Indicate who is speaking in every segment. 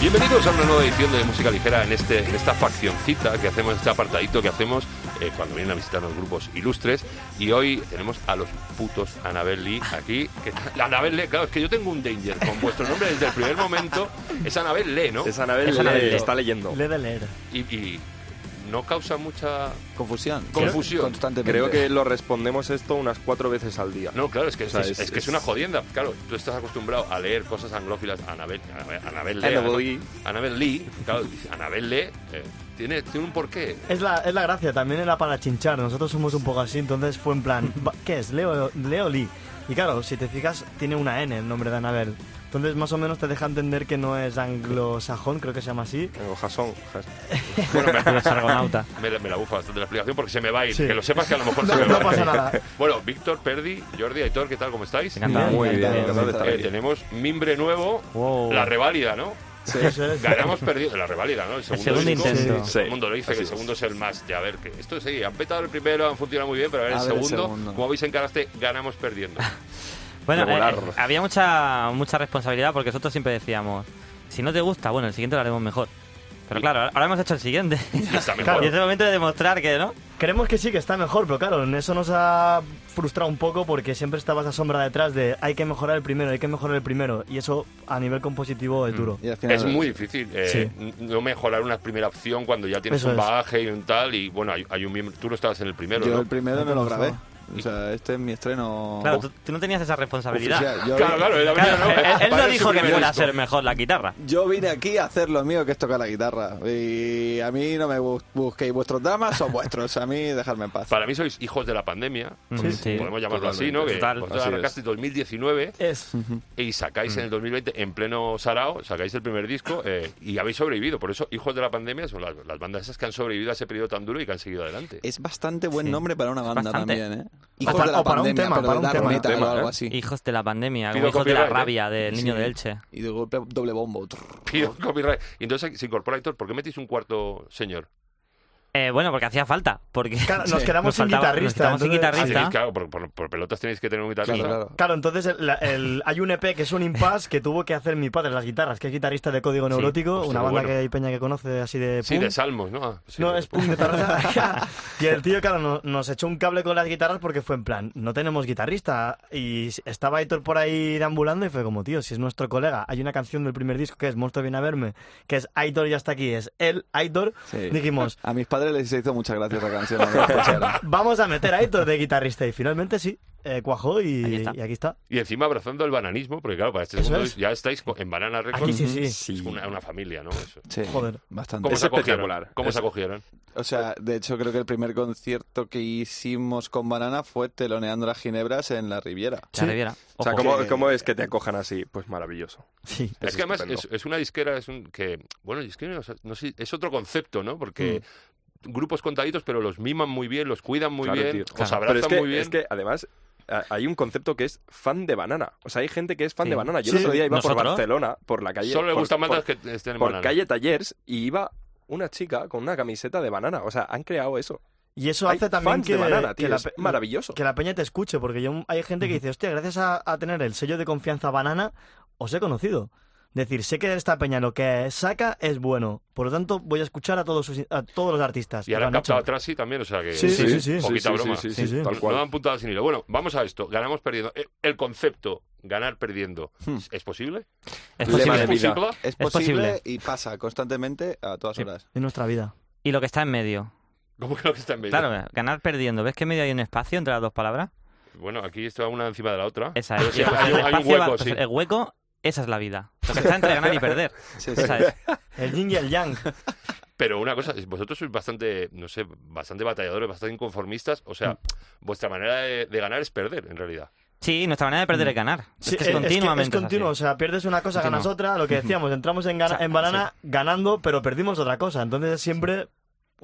Speaker 1: Bienvenidos a una nueva edición de Música Ligera en, este, en esta faccioncita que hacemos, este apartadito que hacemos eh, cuando vienen a visitarnos grupos ilustres. Y hoy tenemos a los putos Anabel Lee aquí. Que, la Anabel Lee, claro, es que yo tengo un danger con vuestro nombre desde el primer momento. Es Anabel Lee, ¿no?
Speaker 2: Es Anabel,
Speaker 3: Es Anabel
Speaker 2: le-
Speaker 3: Lee.
Speaker 2: está leyendo.
Speaker 4: Le de leer.
Speaker 1: Y, y no causa mucha...
Speaker 5: Confusión.
Speaker 1: Confusión.
Speaker 5: Constantemente.
Speaker 2: Creo que lo respondemos esto unas cuatro veces al día.
Speaker 1: No, claro, es que,
Speaker 2: O sea,
Speaker 1: es,
Speaker 2: es-
Speaker 1: es que es una jodienda. Claro, tú estás acostumbrado a leer cosas anglófilas. Anabel, Anabel, Anabel Lee.
Speaker 2: Annabel
Speaker 1: además-
Speaker 2: Lee.
Speaker 1: Annabel Lee. Claro, Anabel Lee eh, tiene, tiene un porqué.
Speaker 4: Es la, es la gracia, también era para chinchar. Nosotros somos un poco así, entonces fue en plan, va- ¿qué es? Leo, Leo Lee. Y claro, si te fijas, tiene una N el nombre de Anabel. Entonces, más o menos te deja entender que no es anglosajón, creo que se llama así.
Speaker 2: O Jason. Jas-
Speaker 1: Bueno, me,
Speaker 3: Argonauta.
Speaker 1: me la- me la bufa bastante la explicación porque se me va a ir.
Speaker 4: Sí.
Speaker 1: Que lo sepas que a lo mejor
Speaker 4: No,
Speaker 1: se me
Speaker 4: no
Speaker 1: va a ir.
Speaker 4: pasa nada.
Speaker 1: Bueno, Víctor, Perdi, Jordi, Aitor, ¿qué tal? ¿Cómo estáis?
Speaker 3: Encantado.
Speaker 5: Muy
Speaker 3: Encantado.
Speaker 5: bien,
Speaker 2: encantado de
Speaker 5: encantado.
Speaker 2: estar
Speaker 1: Eh,
Speaker 2: aquí.
Speaker 1: tenemos mimbre nuevo,
Speaker 3: Wow.
Speaker 1: la reválida, ¿no?
Speaker 4: Eso es.
Speaker 1: Ganamos perdido la reválida, ¿no? El
Speaker 3: segundo
Speaker 1: disco,
Speaker 3: intento.
Speaker 2: Sí.
Speaker 1: Todo el mundo lo dice
Speaker 2: Así
Speaker 1: que el
Speaker 2: es.
Speaker 1: segundo es el más. De a ver, que esto sí, han petado el primero, han funcionado muy bien, pero a ver,
Speaker 5: A
Speaker 1: el,
Speaker 5: ver el
Speaker 1: segundo,
Speaker 5: segundo.
Speaker 1: como veis en Caraste, ganamos perdiendo.
Speaker 3: Bueno,
Speaker 2: Regular.
Speaker 3: eh, eh, había mucha mucha responsabilidad porque nosotros siempre decíamos, si no te gusta, bueno, el siguiente lo haremos mejor. Pero claro, ahora- ahora hemos hecho el siguiente.
Speaker 1: Y está mejor.
Speaker 3: Y es el momento de demostrar que, ¿no?
Speaker 4: Creemos que sí, que está mejor, pero claro, en eso nos ha frustrado un poco porque siempre estaba esa sombra detrás de hay que mejorar el primero, hay que mejorar el primero. Y eso a nivel compositivo es duro.
Speaker 5: Y al final-
Speaker 1: Es muy difícil eh,
Speaker 4: Sí.
Speaker 1: n- no mejorar una primera opción cuando ya tienes
Speaker 4: Eso
Speaker 1: un
Speaker 4: es.
Speaker 1: bagaje y un tal. Y bueno, hay, hay un miembro. Tú no estabas en el primero,
Speaker 5: Yo
Speaker 1: ¿no?
Speaker 5: el primero me lo grabé.
Speaker 1: Y-
Speaker 5: O sea, este es mi estreno.
Speaker 3: Claro, tú, tú no tenías esa responsabilidad.
Speaker 5: oficial. Yo,
Speaker 1: Claro, claro, él,
Speaker 3: Claro,
Speaker 1: no, eh,
Speaker 3: él, él no
Speaker 1: Parece
Speaker 3: dijo
Speaker 1: su
Speaker 3: que
Speaker 1: primer
Speaker 3: fuera a
Speaker 1: disco.
Speaker 3: ser mejor la guitarra.
Speaker 5: yo vine aquí a hacer lo mío, que es tocar la guitarra. Y a mí no me bus- busquéis vuestros dramas, son vuestros. A mí dejadme en paz.
Speaker 1: Para mí sois hijos de la pandemia.
Speaker 3: Mm, sí.
Speaker 1: Podemos llamarlo así,
Speaker 2: Totalmente.
Speaker 1: ¿no? Que
Speaker 3: Total.
Speaker 1: vosotros
Speaker 2: Así
Speaker 1: arrancasteis 2019
Speaker 4: Es.
Speaker 1: y sacáis
Speaker 3: Mm.
Speaker 1: en el 2020, en pleno sarao, sacáis el primer disco eh, y habéis sobrevivido. Por eso, hijos de la pandemia son las, las bandas esas que han sobrevivido a ese periodo tan duro y que han seguido adelante.
Speaker 5: Es bastante buen
Speaker 3: Sí.
Speaker 5: nombre para una banda
Speaker 3: Bastante.
Speaker 5: también, ¿eh? Hijos
Speaker 4: para-
Speaker 5: de la
Speaker 4: o para un
Speaker 5: pandemia,
Speaker 4: tema,
Speaker 5: pero
Speaker 4: para
Speaker 5: de
Speaker 4: un
Speaker 5: Dark
Speaker 4: tema.
Speaker 5: Metal
Speaker 2: Tema,
Speaker 5: o
Speaker 2: ¿eh?
Speaker 5: algo así.
Speaker 3: Hijos de la pandemia,
Speaker 1: Pido
Speaker 3: como hijos de la
Speaker 1: copyright, ¿eh?
Speaker 3: rabia del niño
Speaker 5: Sí.
Speaker 3: de Elche.
Speaker 5: Y de golpe doble bombo. Trrr.
Speaker 1: Pido copyright. Y entonces se incorpora Héctor. ¿Por qué metís un cuarto señor?
Speaker 3: Eh, bueno, porque hacía falta. Porque
Speaker 4: Claro, nos quedamos
Speaker 3: nos
Speaker 4: sin
Speaker 3: faltaba- nos
Speaker 4: guitarrista.
Speaker 3: quedamos sin
Speaker 4: entonces-
Speaker 3: Ahí
Speaker 1: Ah,
Speaker 3: está.
Speaker 1: tenéis- claro, por, por- por pelotas tenéis que tener un guitarrista.
Speaker 5: Claro, claro.
Speaker 4: Claro, entonces el- la- el- hay un EP que es un impasse que tuvo que hacer mi padre, las guitarras, que es guitarrista de Código Neurótico,
Speaker 1: Hostia,
Speaker 4: una
Speaker 1: qué
Speaker 4: banda
Speaker 1: pues bueno.
Speaker 4: que hay peña que conoce así de
Speaker 1: Sí,
Speaker 4: punk.
Speaker 1: de salmos, ¿no? Ah, sí,
Speaker 4: no,
Speaker 1: de-
Speaker 4: es punk de Tarrasa. y el tío, claro, no- nos echó un cable con las guitarras porque fue en plan, no tenemos guitarrista. Y estaba Aitor por ahí deambulando y fue como, tío, si es nuestro colega, hay una canción del primer disco que es Monstruo viene a verme, que es Aitor ya está aquí, es él, Aitor.
Speaker 5: Sí.
Speaker 4: Dijimos,
Speaker 5: A mis padres les hizo muchas gracias la canción. no me la escucharon.
Speaker 4: vamos a meter a Aitor de guitarrista. Y finalmente sí, eh, cuajó y,
Speaker 3: Ahí está.
Speaker 4: y aquí está.
Speaker 1: Y encima abrazando el bananismo, porque claro, para este
Speaker 4: Eso
Speaker 1: segundo
Speaker 4: es.
Speaker 1: ya estáis co- en Banana Records.
Speaker 4: Aquí sí, sí.
Speaker 1: Es una, una familia, ¿no? Eso.
Speaker 5: Sí,
Speaker 4: Joder.
Speaker 5: bastante.
Speaker 1: ¿Cómo
Speaker 2: Es
Speaker 1: se acogieron?
Speaker 2: espectacular.
Speaker 1: ¿Cómo
Speaker 2: Es-
Speaker 1: se acogieron?
Speaker 5: O sea, de hecho creo que el primer concierto que hicimos con Banana fue teloneando las ginebras en la Riviera.
Speaker 3: La Riviera.
Speaker 2: O sea,
Speaker 3: Ojo.
Speaker 2: ¿cómo,
Speaker 5: Que-
Speaker 2: ¿cómo es que te acojan así? Pues maravilloso.
Speaker 4: Sí.
Speaker 1: Es,
Speaker 2: Es
Speaker 1: que además es,
Speaker 2: estupendo.
Speaker 1: es una disquera es un, que, bueno, es, que no sé- no sé, es otro concepto, ¿no? Porque
Speaker 4: Mm.
Speaker 1: grupos contaditos, pero los miman muy bien, los cuidan muy
Speaker 2: Claro,
Speaker 1: bien,
Speaker 2: tío.
Speaker 1: los
Speaker 3: Claro.
Speaker 1: abrazan
Speaker 2: Pero es que,
Speaker 1: muy bien.
Speaker 2: es que además a- hay un concepto que es fan de banana. O sea, hay gente que es fan
Speaker 3: Sí.
Speaker 2: de banana. Yo
Speaker 4: Sí.
Speaker 2: el otro día iba por
Speaker 3: ¿Nosotros?
Speaker 2: Barcelona, por la calle.
Speaker 1: Solo le
Speaker 2: por-
Speaker 1: gustan
Speaker 2: por-
Speaker 1: bandas que estén en
Speaker 2: por
Speaker 1: Banana.
Speaker 2: calle Tallers y iba una chica con una camiseta de banana. O sea, han creado eso.
Speaker 4: Y eso
Speaker 2: Hay
Speaker 4: hace también
Speaker 2: fans
Speaker 4: que,
Speaker 2: de banana, tío.
Speaker 4: que la
Speaker 2: es
Speaker 4: pe-
Speaker 2: maravilloso.
Speaker 4: que la peña te escuche, porque yo hay gente que dice, hostia, gracias a, a tener el sello de confianza banana, os he conocido. Decir, sé que esta peña lo que saca es bueno, por lo tanto voy a escuchar a todos sus- a todos los artistas.
Speaker 1: Y ahora han
Speaker 4: lo han hecho.
Speaker 1: captado atrás sí también, o sea que...
Speaker 4: Sí, sí, sí, sí.
Speaker 1: Poquita broma.
Speaker 2: Sí, sí,
Speaker 4: Sí, sí.
Speaker 2: Tal
Speaker 1: No
Speaker 2: cual.
Speaker 1: dan puntadas sin hilo. Bueno, vamos a esto. Ganamos perdiendo. Eh, El concepto, ganar perdiendo, ¿es posible?
Speaker 3: Es
Speaker 2: Le
Speaker 3: posible.
Speaker 2: vale vida.
Speaker 1: posible?
Speaker 5: Es
Speaker 3: Es
Speaker 5: posible,
Speaker 3: posible.
Speaker 5: y pasa constantemente a todas
Speaker 3: Sí.
Speaker 5: horas.
Speaker 4: En nuestra vida.
Speaker 3: Y lo que está en medio.
Speaker 1: ¿Cómo que lo que está en medio?
Speaker 3: Claro, ganar perdiendo. ¿Ves que en medio hay un espacio entre las dos palabras?
Speaker 1: Bueno, aquí está una encima de la otra.
Speaker 3: Esa
Speaker 1: Pero
Speaker 3: es.
Speaker 1: sí,
Speaker 3: Y entonces
Speaker 1: hay, un-
Speaker 3: el
Speaker 1: hay un
Speaker 3: espacio va-
Speaker 1: hueco, sí.
Speaker 3: entonces El hueco, esa es la vida. Lo que está entre ganar y perder.
Speaker 5: Sí, sí.
Speaker 3: Esa es.
Speaker 4: El yin y el yang.
Speaker 1: Pero una cosa, vosotros sois bastante, no sé, bastante batalladores, bastante inconformistas. O
Speaker 3: Mm.
Speaker 1: sea, vuestra manera de, de ganar es perder, en realidad.
Speaker 3: Sí, nuestra manera de perder es ganar.
Speaker 4: Sí,
Speaker 3: es que es
Speaker 4: que
Speaker 3: continuamente.
Speaker 4: es continuo, o
Speaker 3: así.
Speaker 4: sea, pierdes una cosa,
Speaker 3: Continuo.
Speaker 4: ganas otra, lo que decíamos, entramos en, gana-
Speaker 3: Cha-
Speaker 4: en banana ganando, pero perdimos otra cosa, entonces es siempre... un-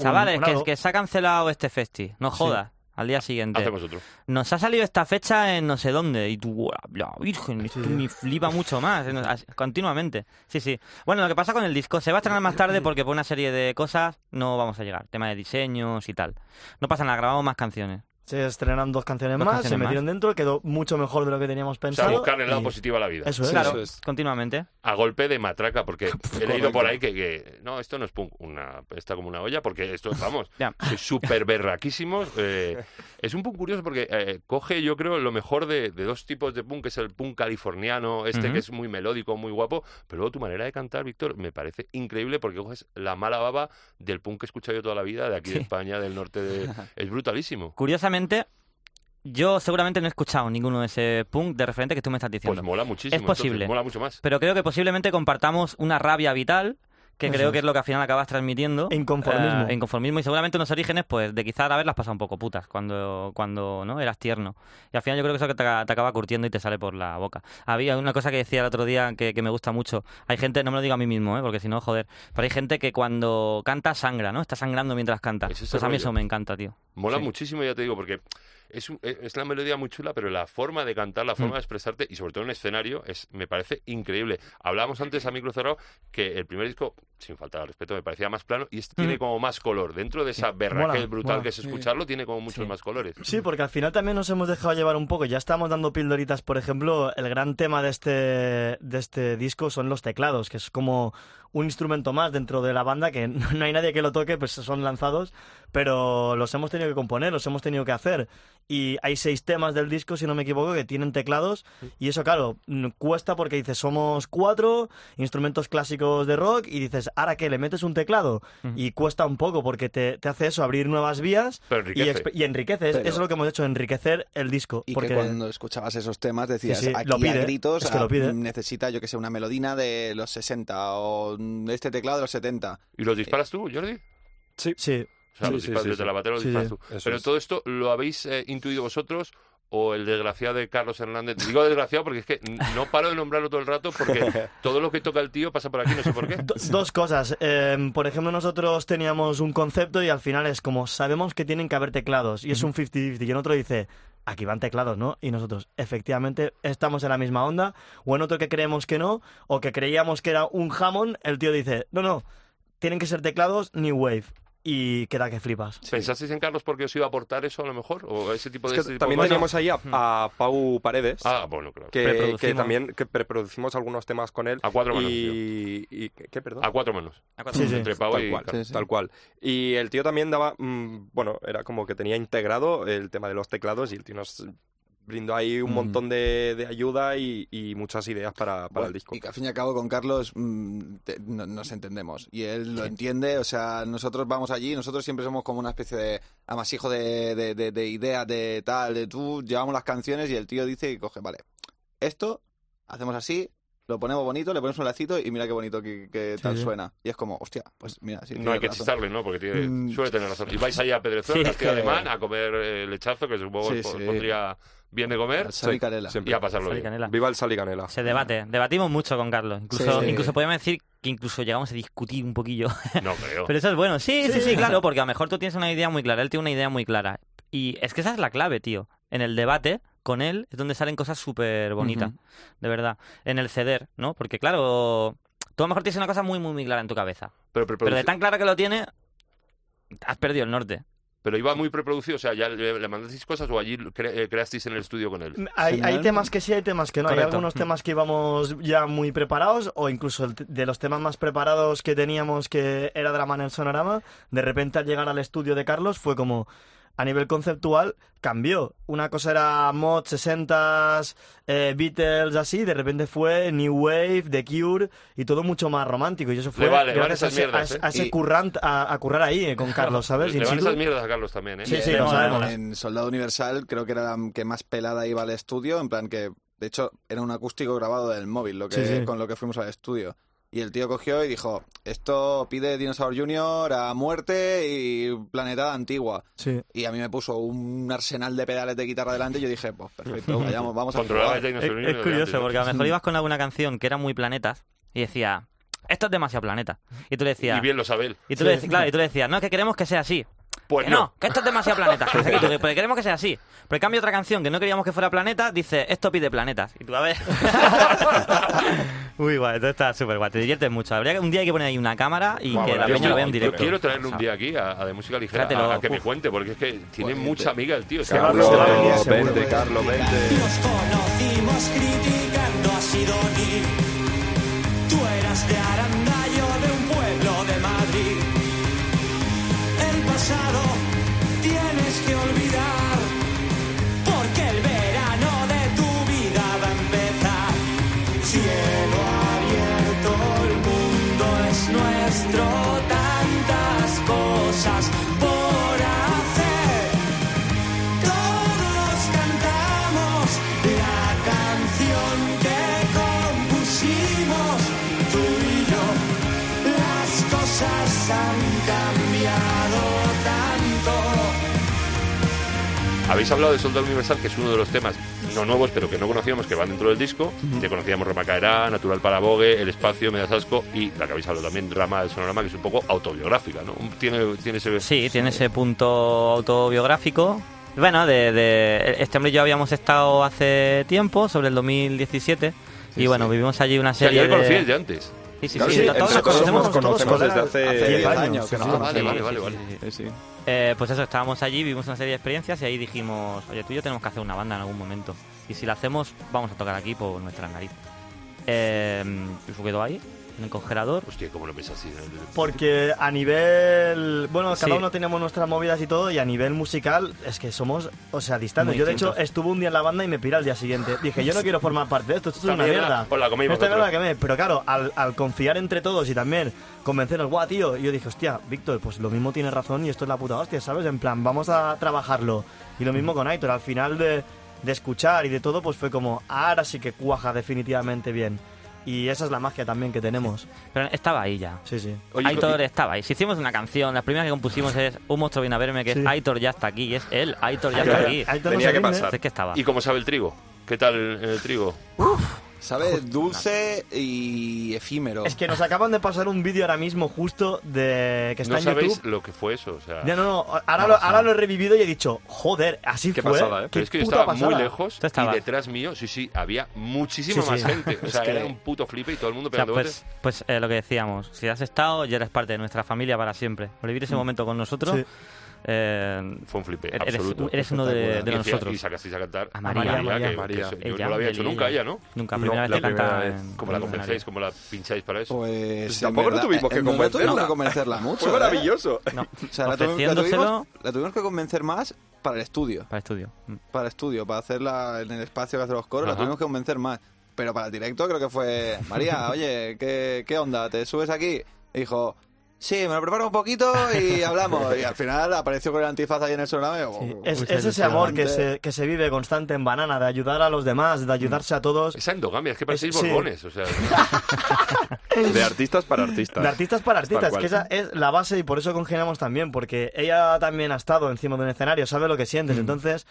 Speaker 3: Chavales,
Speaker 4: un
Speaker 3: que,
Speaker 4: algo.
Speaker 3: que se ha cancelado este festi. No jodas. Al día siguiente.
Speaker 1: Hacemos otro.
Speaker 3: Nos ha salido esta fecha en no sé dónde. Y tú, "Buah, la virgen, esto me flipa mucho más. No, así, Continuamente. Sí, sí. Bueno, lo que pasa con el disco, se va a estrenar más tarde porque por una serie de cosas no vamos a llegar. Tema de diseños y tal. No pasa nada, grabamos más canciones.
Speaker 4: Se estrenaron dos canciones
Speaker 3: Dos
Speaker 4: más,
Speaker 3: canciones
Speaker 4: se
Speaker 3: más.
Speaker 4: metieron dentro, quedó mucho mejor de lo que teníamos
Speaker 1: O sea,
Speaker 4: pensado.
Speaker 1: buscar el lado
Speaker 4: y-
Speaker 1: positivo a la vida.
Speaker 4: Eso es.
Speaker 3: Claro,
Speaker 2: Eso es.
Speaker 3: continuamente.
Speaker 1: A golpe de matraca, porque
Speaker 3: Pues
Speaker 1: he leído
Speaker 5: correcto.
Speaker 1: por ahí que, que, no, esto no es punk, una, está como una olla, porque esto, vamos,
Speaker 3: Ya.
Speaker 1: sois súper berraquísimos. eh, es un punk curioso porque eh, coge, yo creo, lo mejor de, de dos tipos de punk, que es el punk californiano, este
Speaker 3: Ujú.
Speaker 1: que es muy melódico, muy guapo, pero luego tu manera de cantar, Víctor, me parece increíble porque coges la mala baba del punk que he escuchado yo toda la vida, de aquí de
Speaker 3: Sí.
Speaker 1: España, del norte de... Es brutalísimo.
Speaker 3: Curiosamente, yo seguramente no he escuchado ninguno de ese punk de referente que tú me estás diciendo.
Speaker 1: Pues mola muchísimo.
Speaker 3: Es posible.
Speaker 1: entonces, mola mucho más.
Speaker 3: pero creo que posiblemente compartamos una rabia vital, que
Speaker 4: Eso
Speaker 3: creo
Speaker 4: es.
Speaker 3: que es lo que al final acabas transmitiendo.
Speaker 4: Inconformismo.
Speaker 3: Eh, inconformismo y seguramente unos orígenes, pues, de quizás haberlas pasado un poco putas cuando, cuando ¿no? eras tierno. Y al final yo creo que eso que te, te acaba curtiendo y te sale por la boca. Había una cosa que decía el otro día que, que me gusta mucho. Hay gente, no me lo digo a mí mismo, ¿eh? porque si no, joder. Pero hay gente que cuando canta sangra, ¿no? Está sangrando mientras canta.
Speaker 1: Es ese
Speaker 3: pues a mí
Speaker 1: rollo.
Speaker 3: eso me encanta, tío.
Speaker 1: Mola
Speaker 3: Sí.
Speaker 1: muchísimo, ya te digo, porque es, un- e- es una melodía muy chula, pero la forma de cantar, la forma
Speaker 3: Mm.
Speaker 1: de expresarte y sobre todo en el escenario es me parece increíble. Hablábamos antes a micro cerrado que el primer disco, sin falta de respeto, me parecía más plano y este tiene como más color. Dentro de esa berraquez
Speaker 4: Mm. Mola,
Speaker 1: brutal
Speaker 4: mola.
Speaker 1: que es escucharlo, tiene como muchos más colores.
Speaker 4: Sí, porque al final también nos hemos dejado llevar un poco. Ya estamos dando pildoritas, por ejemplo, el gran tema de este, de este disco son los teclados, que es como un instrumento más dentro de la banda que no no hay nadie que lo toque, pues son lanzados, pero los hemos tenido que componer, los hemos tenido que hacer. Y hay seis temas del disco, si no me equivoco, que tienen teclados, y eso, claro, mm, cuesta porque dices, somos cuatro instrumentos clásicos de rock, y dices, ¿ahora qué? ¿Le metes un teclado? Y cuesta un poco porque te, te hace eso, abrir nuevas vías
Speaker 1: Pero
Speaker 4: y,
Speaker 1: enriquece.
Speaker 4: exp- y enriquece. Es-
Speaker 5: Pero-
Speaker 4: Eso es lo que hemos hecho, enriquecer el disco.
Speaker 5: Y
Speaker 4: porque
Speaker 5: que cuando escuchabas esos temas decías,
Speaker 4: Sí, sí,
Speaker 5: aquí
Speaker 4: lo pide,
Speaker 5: a gritos
Speaker 4: es que lo
Speaker 5: ah,
Speaker 4: pide.
Speaker 5: necesita, yo que sé, una melodina de los 60 o mm, este teclado de los 70.
Speaker 1: ¿Y los disparas tú, Jordi?
Speaker 4: Sí,
Speaker 1: O sea,
Speaker 2: Sí,
Speaker 1: los
Speaker 2: sí,
Speaker 1: disparas
Speaker 2: sí,
Speaker 1: desde
Speaker 2: sí.
Speaker 1: la batería, los
Speaker 4: Sí,
Speaker 1: disparas
Speaker 4: sí.
Speaker 1: tú.
Speaker 2: Eso
Speaker 1: Pero
Speaker 2: es.
Speaker 1: todo esto lo habéis eh, intuido vosotros. O el desgraciado de Carlos Hernández. Digo desgraciado porque es que n- no paro de nombrarlo todo el rato porque todo lo que toca el tío pasa por aquí, no sé por qué.
Speaker 4: Do- dos cosas. Eh, por ejemplo, nosotros teníamos un concepto y al final es como, sabemos que tienen que haber teclados y es un 50-50. Y en otro dice, aquí van teclados, ¿no? Y nosotros, efectivamente, estamos en la misma onda. O en otro que creemos que no, o que creíamos que era un jamón, el tío dice, no, no, tienen que ser teclados New Wave. Y queda que flipas.
Speaker 1: ¿Pensasteis en Carlos porque os iba a aportar eso a lo mejor? ¿O ese tipo de,
Speaker 2: Es
Speaker 1: ese
Speaker 2: que
Speaker 1: tipo
Speaker 2: también
Speaker 1: de cosas?
Speaker 2: teníamos ahí a, a Pau Paredes.
Speaker 1: "Pues, Ah, bueno, claro.
Speaker 2: Que,
Speaker 3: Preproducimos.
Speaker 2: que también que preproducimos algunos temas con él.
Speaker 1: A cuatro manos,
Speaker 2: Y, y- ¿Qué, perdón?
Speaker 1: A cuatro manos.
Speaker 4: Sí, sí.
Speaker 1: Entre Pau
Speaker 2: tal
Speaker 1: y
Speaker 2: cual,
Speaker 1: Carlos.
Speaker 5: sí.
Speaker 2: tal cual. Y el tío también daba, mm, bueno, era como que tenía integrado el tema de los teclados y el tío nos brindó ahí un
Speaker 5: Mm.
Speaker 2: montón de, de ayuda y, y muchas ideas para, para
Speaker 5: Bueno,
Speaker 2: el disco.
Speaker 5: Y que al fin y al cabo con Carlos mm, te- no- nos entendemos. Y él lo entiende, o sea, nosotros vamos allí, nosotros siempre somos como una especie de amasijo de, de- de- de ideas, de tal, de tú, llevamos las canciones y el tío dice y coge, vale, esto hacemos así, lo ponemos bonito, le ponemos un lacito y mira qué bonito que, que tal
Speaker 4: sí.
Speaker 5: suena. Y es como, hostia, pues mira, sí,
Speaker 1: No hay
Speaker 5: tienes
Speaker 1: que
Speaker 5: razón.
Speaker 1: chistarle, ¿no? Porque tiene,
Speaker 5: Mm.
Speaker 1: suele tener razón. Y vais ahí a
Speaker 3: Sí,
Speaker 1: Pedrezuela,
Speaker 3: es
Speaker 1: al tío
Speaker 5: que-
Speaker 1: alemán, a comer eh, lechazo, que supongo
Speaker 5: Sí,
Speaker 1: os- os
Speaker 5: sí.
Speaker 1: pondría bien de comer,
Speaker 5: Al Xavi Carella.
Speaker 2: siempre.
Speaker 1: y a pasarlo
Speaker 3: Sal y
Speaker 1: bien.
Speaker 3: canela.
Speaker 2: Viva el Sal y Canela.
Speaker 3: Se debate, debatimos mucho con Carlos. Incluso,
Speaker 5: Sí.
Speaker 3: incluso podríamos decir que incluso llegamos a discutir un poquillo.
Speaker 1: No creo.
Speaker 3: Pero eso es bueno. Sí, sí,
Speaker 4: Sí.
Speaker 3: sí, claro, porque a lo mejor tú tienes una idea muy clara, él tiene una idea muy clara. Y es que esa es la clave, tío. En el debate con él es donde salen cosas súper bonitas, de verdad. En el ceder, ¿no? Porque claro, tú a lo mejor tienes una cosa muy, muy, muy clara en tu cabeza.
Speaker 1: Pero,
Speaker 3: Pero
Speaker 1: preproduci-
Speaker 3: de tan clara que lo tiene, has perdido el norte.
Speaker 1: pero iba muy preproducido, o sea, ya le, le mandasteis cosas o allí cre- eh, creasteis en el estudio con él.
Speaker 4: Hay, hay
Speaker 5: Genial.
Speaker 4: temas que sí, hay temas que no. Hay
Speaker 3: Correcto.
Speaker 4: algunos
Speaker 3: Mm.
Speaker 4: temas que íbamos ya muy preparados, o incluso el t- de los temas más preparados que teníamos, que era Drama en el Sonorama, de repente al llegar al estudio de Carlos fue como, a nivel conceptual, cambió. Una cosa era mod 60s, eh, Beatles, así, de repente fue New Wave, The Cure, y todo mucho más romántico. Y eso fue
Speaker 1: vale, vale
Speaker 4: gracias
Speaker 1: esas
Speaker 4: a ese,
Speaker 1: mierdas,
Speaker 4: a ese-
Speaker 1: ¿eh?
Speaker 4: a ese
Speaker 5: Y-
Speaker 4: currant, a, a currar ahí eh, con Carlos, ¿sabes?
Speaker 1: Le
Speaker 4: In
Speaker 1: van
Speaker 4: situ.
Speaker 1: esas mierdas a Carlos también, ¿eh?
Speaker 4: Sí, sí,
Speaker 5: Y
Speaker 4: lo
Speaker 5: en-
Speaker 4: sabemos.
Speaker 5: En Soldado Universal creo que era la que más pelada iba al estudio, en plan que, de hecho, era un acústico grabado del móvil, lo que,
Speaker 4: Sí, sí.
Speaker 5: con lo que fuimos al estudio. Y el tío cogió y dijo, esto pide Dinosaur Junior a muerte y Planetada Antigua.
Speaker 4: Sí.
Speaker 5: Y a mí me puso un arsenal de pedales de guitarra delante y yo dije, pues perfecto, vayamos, vamos a
Speaker 1: Controlaba
Speaker 5: jugar.
Speaker 1: el Dino
Speaker 3: Es,
Speaker 1: Sonido
Speaker 3: es
Speaker 1: de
Speaker 3: curioso,
Speaker 1: antes,
Speaker 3: porque a lo mejor ibas con alguna canción que era muy planetas y decía, esto es demasiado planeta. Y tú le
Speaker 1: ¿no?
Speaker 3: decías,
Speaker 1: Y bien lo sabe él.
Speaker 3: Y tú,
Speaker 4: Sí.
Speaker 3: le, dec- claro, y tú le decías, no, es que queremos que sea así.
Speaker 1: Pues
Speaker 3: que
Speaker 1: no.
Speaker 3: no. que esto es demasiado planeta. Así que tú, que- porque queremos que sea así. Pero en cambio otra canción que no queríamos que fuera planeta, dice, esto pide planetas. Y tú a ver. Uy, guay, esto está súper guay. Te diviertes mucho. Habría que un día hay que poner ahí una cámara y
Speaker 2: Guau,
Speaker 3: que la
Speaker 1: Yo
Speaker 2: maravilloso.
Speaker 3: peña lo
Speaker 1: quiero-
Speaker 3: vea en directo.
Speaker 1: Yo quiero traerle un
Speaker 3: ¿sabes?
Speaker 1: día aquí a, a de música ligera
Speaker 3: Tráetelo,
Speaker 1: a, a que me
Speaker 3: uf. Pues
Speaker 1: cuente, porque es que tiene
Speaker 5: Joder,
Speaker 1: mucha
Speaker 5: te-
Speaker 1: amiga el tío. es que-
Speaker 4: Carlos, te va a venir
Speaker 2: Carlos,
Speaker 4: seguro.
Speaker 2: vente, Carlos, vente.
Speaker 6: Nos conocimos criticando a Sidoni. Tú eras de Aranda, yo de un pueblo de Madrid. El pasado tienes que olvidar, porque el verano de tu vida va a empezar. Cielo abierto, el mundo es nuestro, tantas cosas por hacer. Todos cantamos la canción que compusimos tú y yo. Las cosas han cambiado tanto.
Speaker 1: Habéis hablado de Soldado Universal, que es uno de los temas no nuevos, pero que no conocíamos, que van dentro del disco. Que conocíamos Remacaerá, Natural para Bogue, El Espacio, Me das asco, y la que habéis hablado también, Rama del Sonorama, que es un poco autobiográfica, ¿no? Un- Tiene, tiene ese...
Speaker 3: Sí, tiene ese punto autobiográfico. Bueno, de, de- este hombre y yo habíamos estado hace tiempo, sobre el 2017, y bueno, vivimos allí una
Speaker 1: O sea,
Speaker 3: serie
Speaker 1: ya le
Speaker 3: de...
Speaker 1: conocíais de antes.
Speaker 3: Sí, sí,
Speaker 5: Claro,
Speaker 3: sí,
Speaker 5: sí,
Speaker 3: todos nos
Speaker 5: nosotros
Speaker 3: conocemos.
Speaker 2: nos conocemos desde hace,
Speaker 5: Hace 10
Speaker 4: años,
Speaker 5: años que
Speaker 4: sí,
Speaker 5: nos
Speaker 4: sí,
Speaker 1: Ah, vale,
Speaker 3: Sí,
Speaker 1: vale,
Speaker 3: sí,
Speaker 1: vale.
Speaker 3: sí,
Speaker 1: vale.
Speaker 3: sí, sí.
Speaker 5: Sí, sí.
Speaker 3: Eh, pues eso, estábamos allí, vivimos una serie de experiencias y ahí dijimos, oye, tú y yo tenemos que hacer una banda en algún momento. Y si la hacemos, vamos a tocar aquí por nuestras narices. Eh, y se quedó ahí, en el congelador.
Speaker 1: Hostia, ¿cómo lo pensas así?
Speaker 4: Porque a nivel. Bueno, cada
Speaker 3: Sí.
Speaker 4: uno teníamos nuestras movidas y todo, y a nivel musical es que somos, o sea, distantes.
Speaker 3: Muy
Speaker 4: yo, de
Speaker 3: distintos.
Speaker 4: hecho, estuve un día en la banda y me piré al día siguiente. Dije, yo no quiero formar parte de esto, esto es una
Speaker 1: También la-
Speaker 4: mierda.
Speaker 1: os la coméis
Speaker 4: Esto es
Speaker 1: vosotros.
Speaker 4: verdad que me. Pero claro, al, al confiar entre todos y también convencernos, guau, tío, yo dije, hostia, Víctor, pues lo mismo tiene razón y esto es la puta hostia, ¿sabes? En plan, vamos a trabajarlo. Y lo mismo con Aitor, al final de, de escuchar y de todo, pues fue como, ahora sí que cuaja definitivamente bien. Y esa es la magia también que tenemos.
Speaker 3: Pero estaba ahí ya.
Speaker 4: Sí, sí.
Speaker 1: Oye,
Speaker 3: Aitor estaba ahí. Si hicimos una canción, la primera que compusimos es Un monstruo viene a verme, que es
Speaker 4: Sí.
Speaker 3: Aitor ya está aquí, y es él, Aitor ya está
Speaker 4: Aitor-
Speaker 3: aquí.
Speaker 4: Aitor
Speaker 2: Tenía
Speaker 4: no
Speaker 2: que
Speaker 4: se rinde.
Speaker 2: pasar.
Speaker 3: Es que estaba.
Speaker 1: ¿Y cómo sabe el trigo? ¿Qué tal el, el trigo?
Speaker 5: Sabe dulce y efímero.
Speaker 4: Es que nos acaban de pasar un vídeo ahora mismo justo de que está
Speaker 1: No
Speaker 4: en
Speaker 1: sabéis Ah,
Speaker 4: YouTube.
Speaker 1: lo que fue eso. O sea,
Speaker 4: Ya, no, no, ahora,
Speaker 3: No
Speaker 4: lo,
Speaker 3: pasa
Speaker 4: ahora lo
Speaker 3: nada.
Speaker 4: he revivido y he dicho, joder, así
Speaker 2: Qué
Speaker 4: fue.
Speaker 2: pasada, ¿eh?
Speaker 1: Pero es que yo
Speaker 4: puta
Speaker 1: estaba muy
Speaker 4: pasada.
Speaker 1: lejos
Speaker 3: Tú estabas.
Speaker 1: y detrás mío, sí, sí, había muchísima
Speaker 4: Sí, sí.
Speaker 1: más gente. O sea,
Speaker 5: que-
Speaker 1: era un puto flipe y todo el mundo
Speaker 3: O sea,
Speaker 1: pegando
Speaker 3: pues pues eh, lo que decíamos, si has estado, ya eres parte de nuestra familia para siempre. Por vivir ese momento con nosotros,
Speaker 4: Mm. Sí.
Speaker 3: eh,
Speaker 1: botes. Fue un flipe,
Speaker 3: eres,
Speaker 1: absoluto.
Speaker 3: eres uno de, de
Speaker 1: Y encima-
Speaker 3: nosotros.
Speaker 1: Y sacasteis a cantar
Speaker 3: A María,
Speaker 1: que-
Speaker 4: María,
Speaker 1: que
Speaker 2: María.
Speaker 1: eso- yo
Speaker 3: Ella,
Speaker 1: no lo había hecho
Speaker 3: María,
Speaker 1: nunca
Speaker 3: ella.
Speaker 1: ella, ¿no?
Speaker 3: Nunca,
Speaker 2: No,
Speaker 3: primera vez
Speaker 2: la
Speaker 3: que
Speaker 2: primera
Speaker 3: canta.
Speaker 2: vez.
Speaker 3: en-
Speaker 1: ¿Cómo la
Speaker 3: en un
Speaker 1: convencéis? ¿Cómo la pincháis para eso?
Speaker 5: Pues,
Speaker 2: Pues
Speaker 5: en
Speaker 2: tampoco
Speaker 5: verdad,
Speaker 2: tuvimos que
Speaker 5: en verdad tuvimos
Speaker 2: convencerla.
Speaker 5: que convencerla mucho.
Speaker 2: Fue
Speaker 5: ¿eh?
Speaker 2: maravilloso.
Speaker 3: escenario. No,
Speaker 5: O sea, la, tuvi- la
Speaker 3: Ofreciéndoselo-
Speaker 5: tuvimos, la tuvimos que convencer más para el estudio.
Speaker 3: para estudio. Mm.
Speaker 5: Para el estudio, para hacerla en el espacio que hace los coros, la
Speaker 1: Ajá.
Speaker 5: tuvimos que convencer más. Pero para el directo creo que fue, María, oye, ¿qué, qué onda? ¿Te subes aquí? Y dijo, sí, me lo preparo un poquito y hablamos. Y al final apareció con el antifaz ahí en el sonorama y yo,
Speaker 4: Sí,
Speaker 5: "Oh,
Speaker 4: Es,
Speaker 3: Uy,
Speaker 4: es ese
Speaker 3: qué
Speaker 4: amor que
Speaker 5: emocionante.
Speaker 4: se, que se vive constante en banana, de ayudar a los demás, de ayudarse a todos.
Speaker 1: Esa endogamia, es que parecéis
Speaker 4: Es- sí.
Speaker 1: borbones. O sea,
Speaker 2: De artistas para artistas.
Speaker 4: De artistas para
Speaker 2: Tal
Speaker 4: artistas,
Speaker 2: cual.
Speaker 4: que esa es la base y por eso congeniamos también, porque ella también ha estado encima de un escenario, sabe lo que sientes, entonces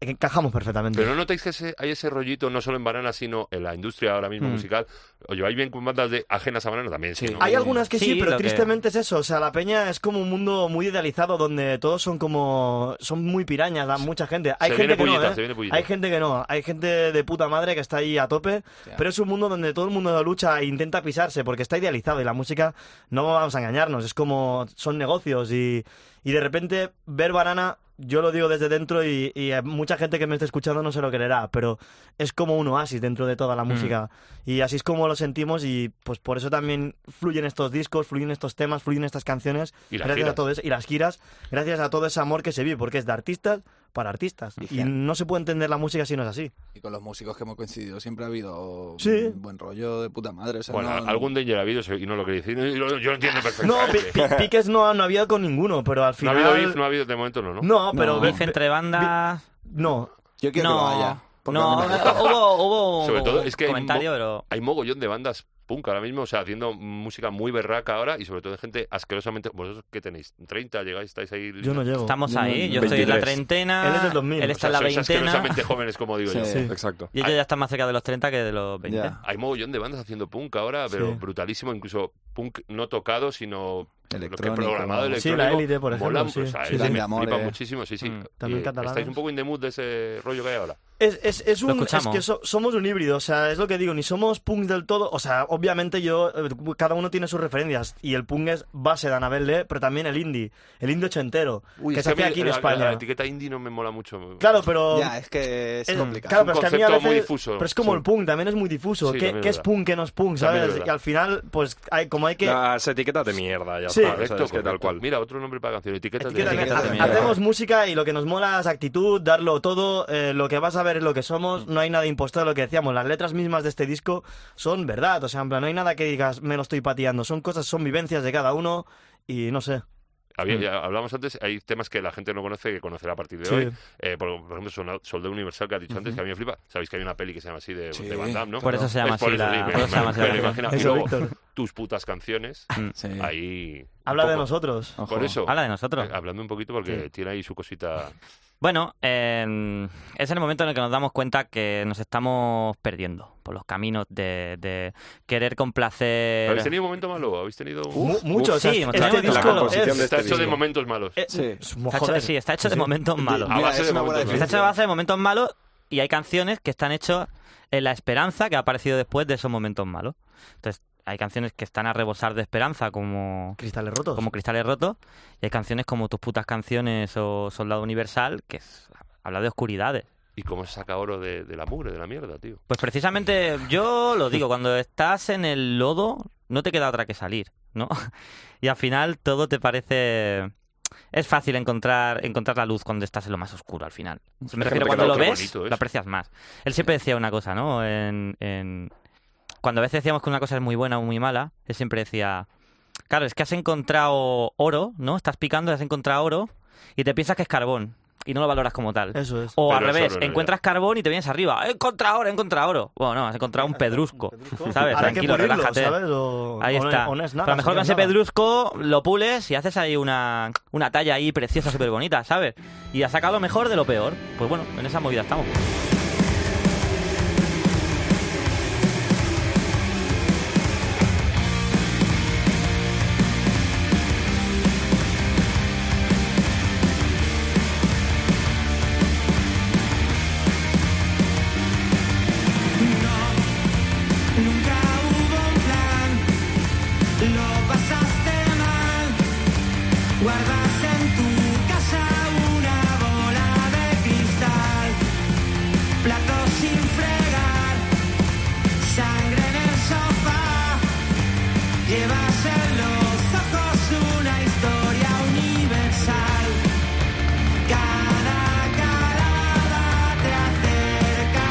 Speaker 4: eh, encajamos perfectamente.
Speaker 1: Mm. pero no notáis que ese- hay ese rollito no solo en Banana, sino en la industria ahora mismo
Speaker 3: Mm.
Speaker 1: musical. Os lleváis bien con bandas de ajenas a Banana también. Sí.
Speaker 5: Sí.
Speaker 1: ¿no?
Speaker 4: Hay algunas que sí,
Speaker 3: Sí, lo
Speaker 4: pero
Speaker 3: que-
Speaker 4: tristemente es eso. O sea, la peña es como un mundo muy idealizado donde todos son como. Son muy pirañas, da mucha gente. Hay
Speaker 1: se viene
Speaker 4: gente que
Speaker 1: pullita,
Speaker 4: no, ¿eh?
Speaker 1: se viene pullita.
Speaker 4: Hay gente que no. Hay gente de puta madre que está ahí a tope.
Speaker 5: Ya.
Speaker 4: Pero es un mundo donde todo el mundo lucha e intenta pisarse porque está idealizado y la música, no vamos a engañarnos. Es como. Son negocios y. Y de repente ver banana. Yo lo digo desde dentro y, y a mucha gente que me esté escuchando no se lo creerá, pero es como un oasis dentro de toda
Speaker 1: Mm.
Speaker 4: la música. Y así es como lo sentimos y pues por eso también fluyen estos discos, fluyen estos temas, fluyen estas canciones.
Speaker 1: Y las
Speaker 4: gracias
Speaker 1: giras.
Speaker 4: a todo eso- y las giras, gracias a todo ese amor que se vive, porque es de artistas para artistas. Y
Speaker 5: Genial.
Speaker 4: no se puede entender la música si no es así.
Speaker 5: Y con los músicos que hemos coincidido siempre ha habido un
Speaker 4: Sí.
Speaker 5: buen rollo de puta madre. o sea,
Speaker 1: Bueno,
Speaker 5: no-
Speaker 1: algún danger ha habido se- y no lo queréis decir. Yo, yo lo entiendo
Speaker 4: No,
Speaker 1: perfectamente.
Speaker 4: pi- pi- piques no, no había con ninguno, pero
Speaker 1: No
Speaker 4: al
Speaker 1: ha
Speaker 4: final...
Speaker 1: habido beef, no ha habido de momento, no, ¿no?
Speaker 4: No, pero...
Speaker 5: No.
Speaker 4: ve-
Speaker 3: Beef entre bandas.
Speaker 4: no.
Speaker 5: Yo quiero que lo haya.
Speaker 3: No,
Speaker 5: porque
Speaker 3: no,
Speaker 5: a mí me-
Speaker 3: hubo, hubo un
Speaker 1: Sobre todo, es que hay
Speaker 3: comentario,
Speaker 1: mo-
Speaker 3: pero.
Speaker 1: Hay mogollón de bandas punk ahora mismo, o sea, haciendo música muy berraca ahora y sobre todo de gente asquerosamente. ¿Vosotros qué tenéis? ¿30? ¿Llegáis? ¿Estáis ahí?
Speaker 4: Yo no llego.
Speaker 3: Estamos
Speaker 5: Yo no-
Speaker 3: ahí, yo estoy en la
Speaker 2: 23.
Speaker 3: treintena.
Speaker 4: Él es del 2000,
Speaker 3: Él
Speaker 1: O
Speaker 4: o
Speaker 3: está
Speaker 1: sea,
Speaker 3: en la
Speaker 1: sois
Speaker 3: veintena.
Speaker 1: asquerosamente jóvenes, como digo
Speaker 5: Sí.
Speaker 1: yo.
Speaker 4: Sí.
Speaker 2: Exacto.
Speaker 3: Y ellos ya están más cerca de los 30 que de los 20.
Speaker 5: Ya.
Speaker 1: Hay mogollón de bandas haciendo punk ahora, pero
Speaker 4: Sí.
Speaker 1: brutalísimo, incluso punk no tocado, sino Lo que
Speaker 5: Electrónico.
Speaker 1: he programado
Speaker 4: Sí, la
Speaker 1: electrónico.
Speaker 4: Élite, por ejemplo,
Speaker 1: mola,
Speaker 4: sí.
Speaker 1: o sea,
Speaker 5: Sí,
Speaker 1: es-
Speaker 5: sí.
Speaker 1: me
Speaker 5: Amores.
Speaker 1: flipa muchísimo, sí, sí.
Speaker 3: Mm.
Speaker 4: También catalanes.
Speaker 1: Estáis un poco in the mood de ese rollo que hay ahora.
Speaker 4: Es, es, es
Speaker 3: Lo
Speaker 4: un, es
Speaker 3: escuchamos.
Speaker 4: que so- somos un híbrido, o sea, es lo que digo, ni somos punk del todo, o sea, obviamente yo, eh, cada uno tiene sus referencias, y el punk es base de Anabel Lee, pero también el indie, el indie ochentero, que se
Speaker 1: es que
Speaker 4: hace
Speaker 1: a mí
Speaker 4: aquí en
Speaker 1: la-
Speaker 4: España.
Speaker 1: La, la etiqueta indie no me mola mucho.
Speaker 4: Claro, pero...
Speaker 5: Ya, es que es,
Speaker 4: es-
Speaker 5: complicado.
Speaker 4: Eh,
Speaker 1: Es
Speaker 4: Claro,
Speaker 1: un
Speaker 4: pero es que a mí a
Speaker 1: concepto muy
Speaker 4: veces-
Speaker 1: difuso.
Speaker 4: Pero es como
Speaker 1: Sí.
Speaker 4: el punk, también es muy difuso.
Speaker 1: Sí,
Speaker 4: ¿Qué,
Speaker 1: también
Speaker 4: qué
Speaker 1: es
Speaker 4: es punk, qué no es punk,
Speaker 1: También es
Speaker 4: sabes?
Speaker 1: verdad.
Speaker 4: Y al final, pues hay, como hay que...
Speaker 2: Las etiquetas de mierda, ya
Speaker 4: Sí.
Speaker 2: está.
Speaker 1: Correcto,
Speaker 2: ¿sabes? Que tal
Speaker 1: correcto.
Speaker 2: cual.
Speaker 1: Mira, otro nombre para la canción. Etiqueta,
Speaker 4: Etiqueta
Speaker 1: de...
Speaker 4: de-
Speaker 5: Etiqueta de
Speaker 4: ha-
Speaker 5: mierda.
Speaker 4: Hacemos música y lo que nos mola es actitud, darlo todo, eh, lo que vas a ver es lo que somos, no hay nada impostado, lo que decíamos, las letras mismas de este disco son verdad, o sea, en plan, no hay nada que digas, me lo estoy pateando, son cosas, son vivencias de cada uno y no sé.
Speaker 1: Había- ya hablamos antes, hay temas que la gente no conoce que conocerá a partir de
Speaker 4: Sí.
Speaker 1: hoy. Eh, por, por ejemplo, Solda- Soldado Universal, que has dicho antes, que a mí me flipa. Sabéis que hay una peli que se llama así de,
Speaker 5: Sí.
Speaker 1: de Van Damme, ¿no?
Speaker 3: Por eso se llama
Speaker 1: Es por
Speaker 3: así
Speaker 1: eso,
Speaker 3: la-
Speaker 1: sí, me-
Speaker 3: por eso se
Speaker 1: me-
Speaker 3: llama así
Speaker 1: me
Speaker 3: la
Speaker 1: lo
Speaker 3: canción.
Speaker 1: imagino. Y
Speaker 4: Eso,
Speaker 1: luego,
Speaker 4: Víctor.
Speaker 1: tus putas canciones,
Speaker 5: Sí.
Speaker 1: ahí... un
Speaker 4: Habla de
Speaker 1: poco-
Speaker 4: nosotros.
Speaker 5: Ojo.
Speaker 1: Por eso,
Speaker 3: Habla de nosotros.
Speaker 1: eh, hablando un poquito, porque tiene ahí su cosita...
Speaker 3: Bueno, eh, es en el momento en el que nos damos cuenta que nos estamos perdiendo por los caminos de, de querer complacer.
Speaker 1: ¿Habéis tenido un momento malo? ¿Habéis tenido...?
Speaker 4: Mu- mucho,
Speaker 3: uf,
Speaker 4: o sea, este,
Speaker 3: sí, hemos tenido
Speaker 4: disco
Speaker 2: la composición
Speaker 4: es-
Speaker 2: de-
Speaker 1: Está
Speaker 2: este
Speaker 1: hecho de
Speaker 2: disco.
Speaker 1: momentos malos.
Speaker 4: eh,
Speaker 5: Sí.
Speaker 4: es-
Speaker 3: Está hecho,
Speaker 4: joder.
Speaker 3: sí, está hecho de momentos malos.
Speaker 1: A
Speaker 5: Mira,
Speaker 1: base
Speaker 5: es
Speaker 1: de
Speaker 5: una buena
Speaker 1: momentos
Speaker 3: Está hecho a
Speaker 5: definición.
Speaker 3: base de momentos malos y hay canciones que están hechas en la esperanza que ha aparecido después de esos momentos malos. Entonces, hay canciones que están a rebosar de esperanza, como,
Speaker 4: Cristales rotos.
Speaker 3: como Cristales Rotos, y hay canciones como Tus putas canciones o Soldado Universal, que es- habla de oscuridades.
Speaker 1: ¿Y cómo se saca oro de, de la mugre, de la mierda, tío?
Speaker 3: Pues precisamente yo lo digo, cuando estás en el lodo no te queda otra que salir, ¿no? Y al final todo te parece... Es fácil encontrar, encontrar la luz cuando estás en lo más oscuro al final. Me
Speaker 1: Fíjate
Speaker 3: refiero cuando
Speaker 1: que
Speaker 3: lo
Speaker 1: qué
Speaker 3: ves,
Speaker 1: bonito es.
Speaker 3: lo aprecias más. Él siempre decía una cosa, ¿no? En, en- Cuando a veces decíamos que una cosa es muy buena o muy mala, él siempre decía, claro, es que has encontrado oro, ¿no? Estás picando, y has encontrado oro y te piensas que es carbón y no lo valoras como tal.
Speaker 4: Eso es.
Speaker 3: O
Speaker 1: Pero
Speaker 3: al
Speaker 1: es
Speaker 3: revés,
Speaker 1: oro, en
Speaker 3: encuentras carbón y te vienes arriba. "Eh, He encontrado oro, he encontrado oro. Bueno, no, has encontrado un pedrusco. ¿Sabes?
Speaker 4: Ahora hay que
Speaker 3: Tranquilo,
Speaker 4: pulirlo,
Speaker 3: relájate.
Speaker 4: ¿sabes? O-
Speaker 3: Ahí
Speaker 4: o no-
Speaker 3: está.
Speaker 4: o no es nada,
Speaker 3: Pero a lo mejor
Speaker 4: no
Speaker 3: con
Speaker 4: es
Speaker 3: ese
Speaker 4: nada.
Speaker 3: pedrusco lo pules y haces ahí una, una talla ahí preciosa, súper bonita, ¿sabes? Y has sacado lo mejor de lo peor. Pues bueno, en esa movida estamos.
Speaker 6: Nunca hubo un plan, lo pasaste mal. Guardas en tu casa una bola de cristal, platos sin fregar, sangre en el sofá. Llevas en los ojos una historia universal. Cada calada te acerca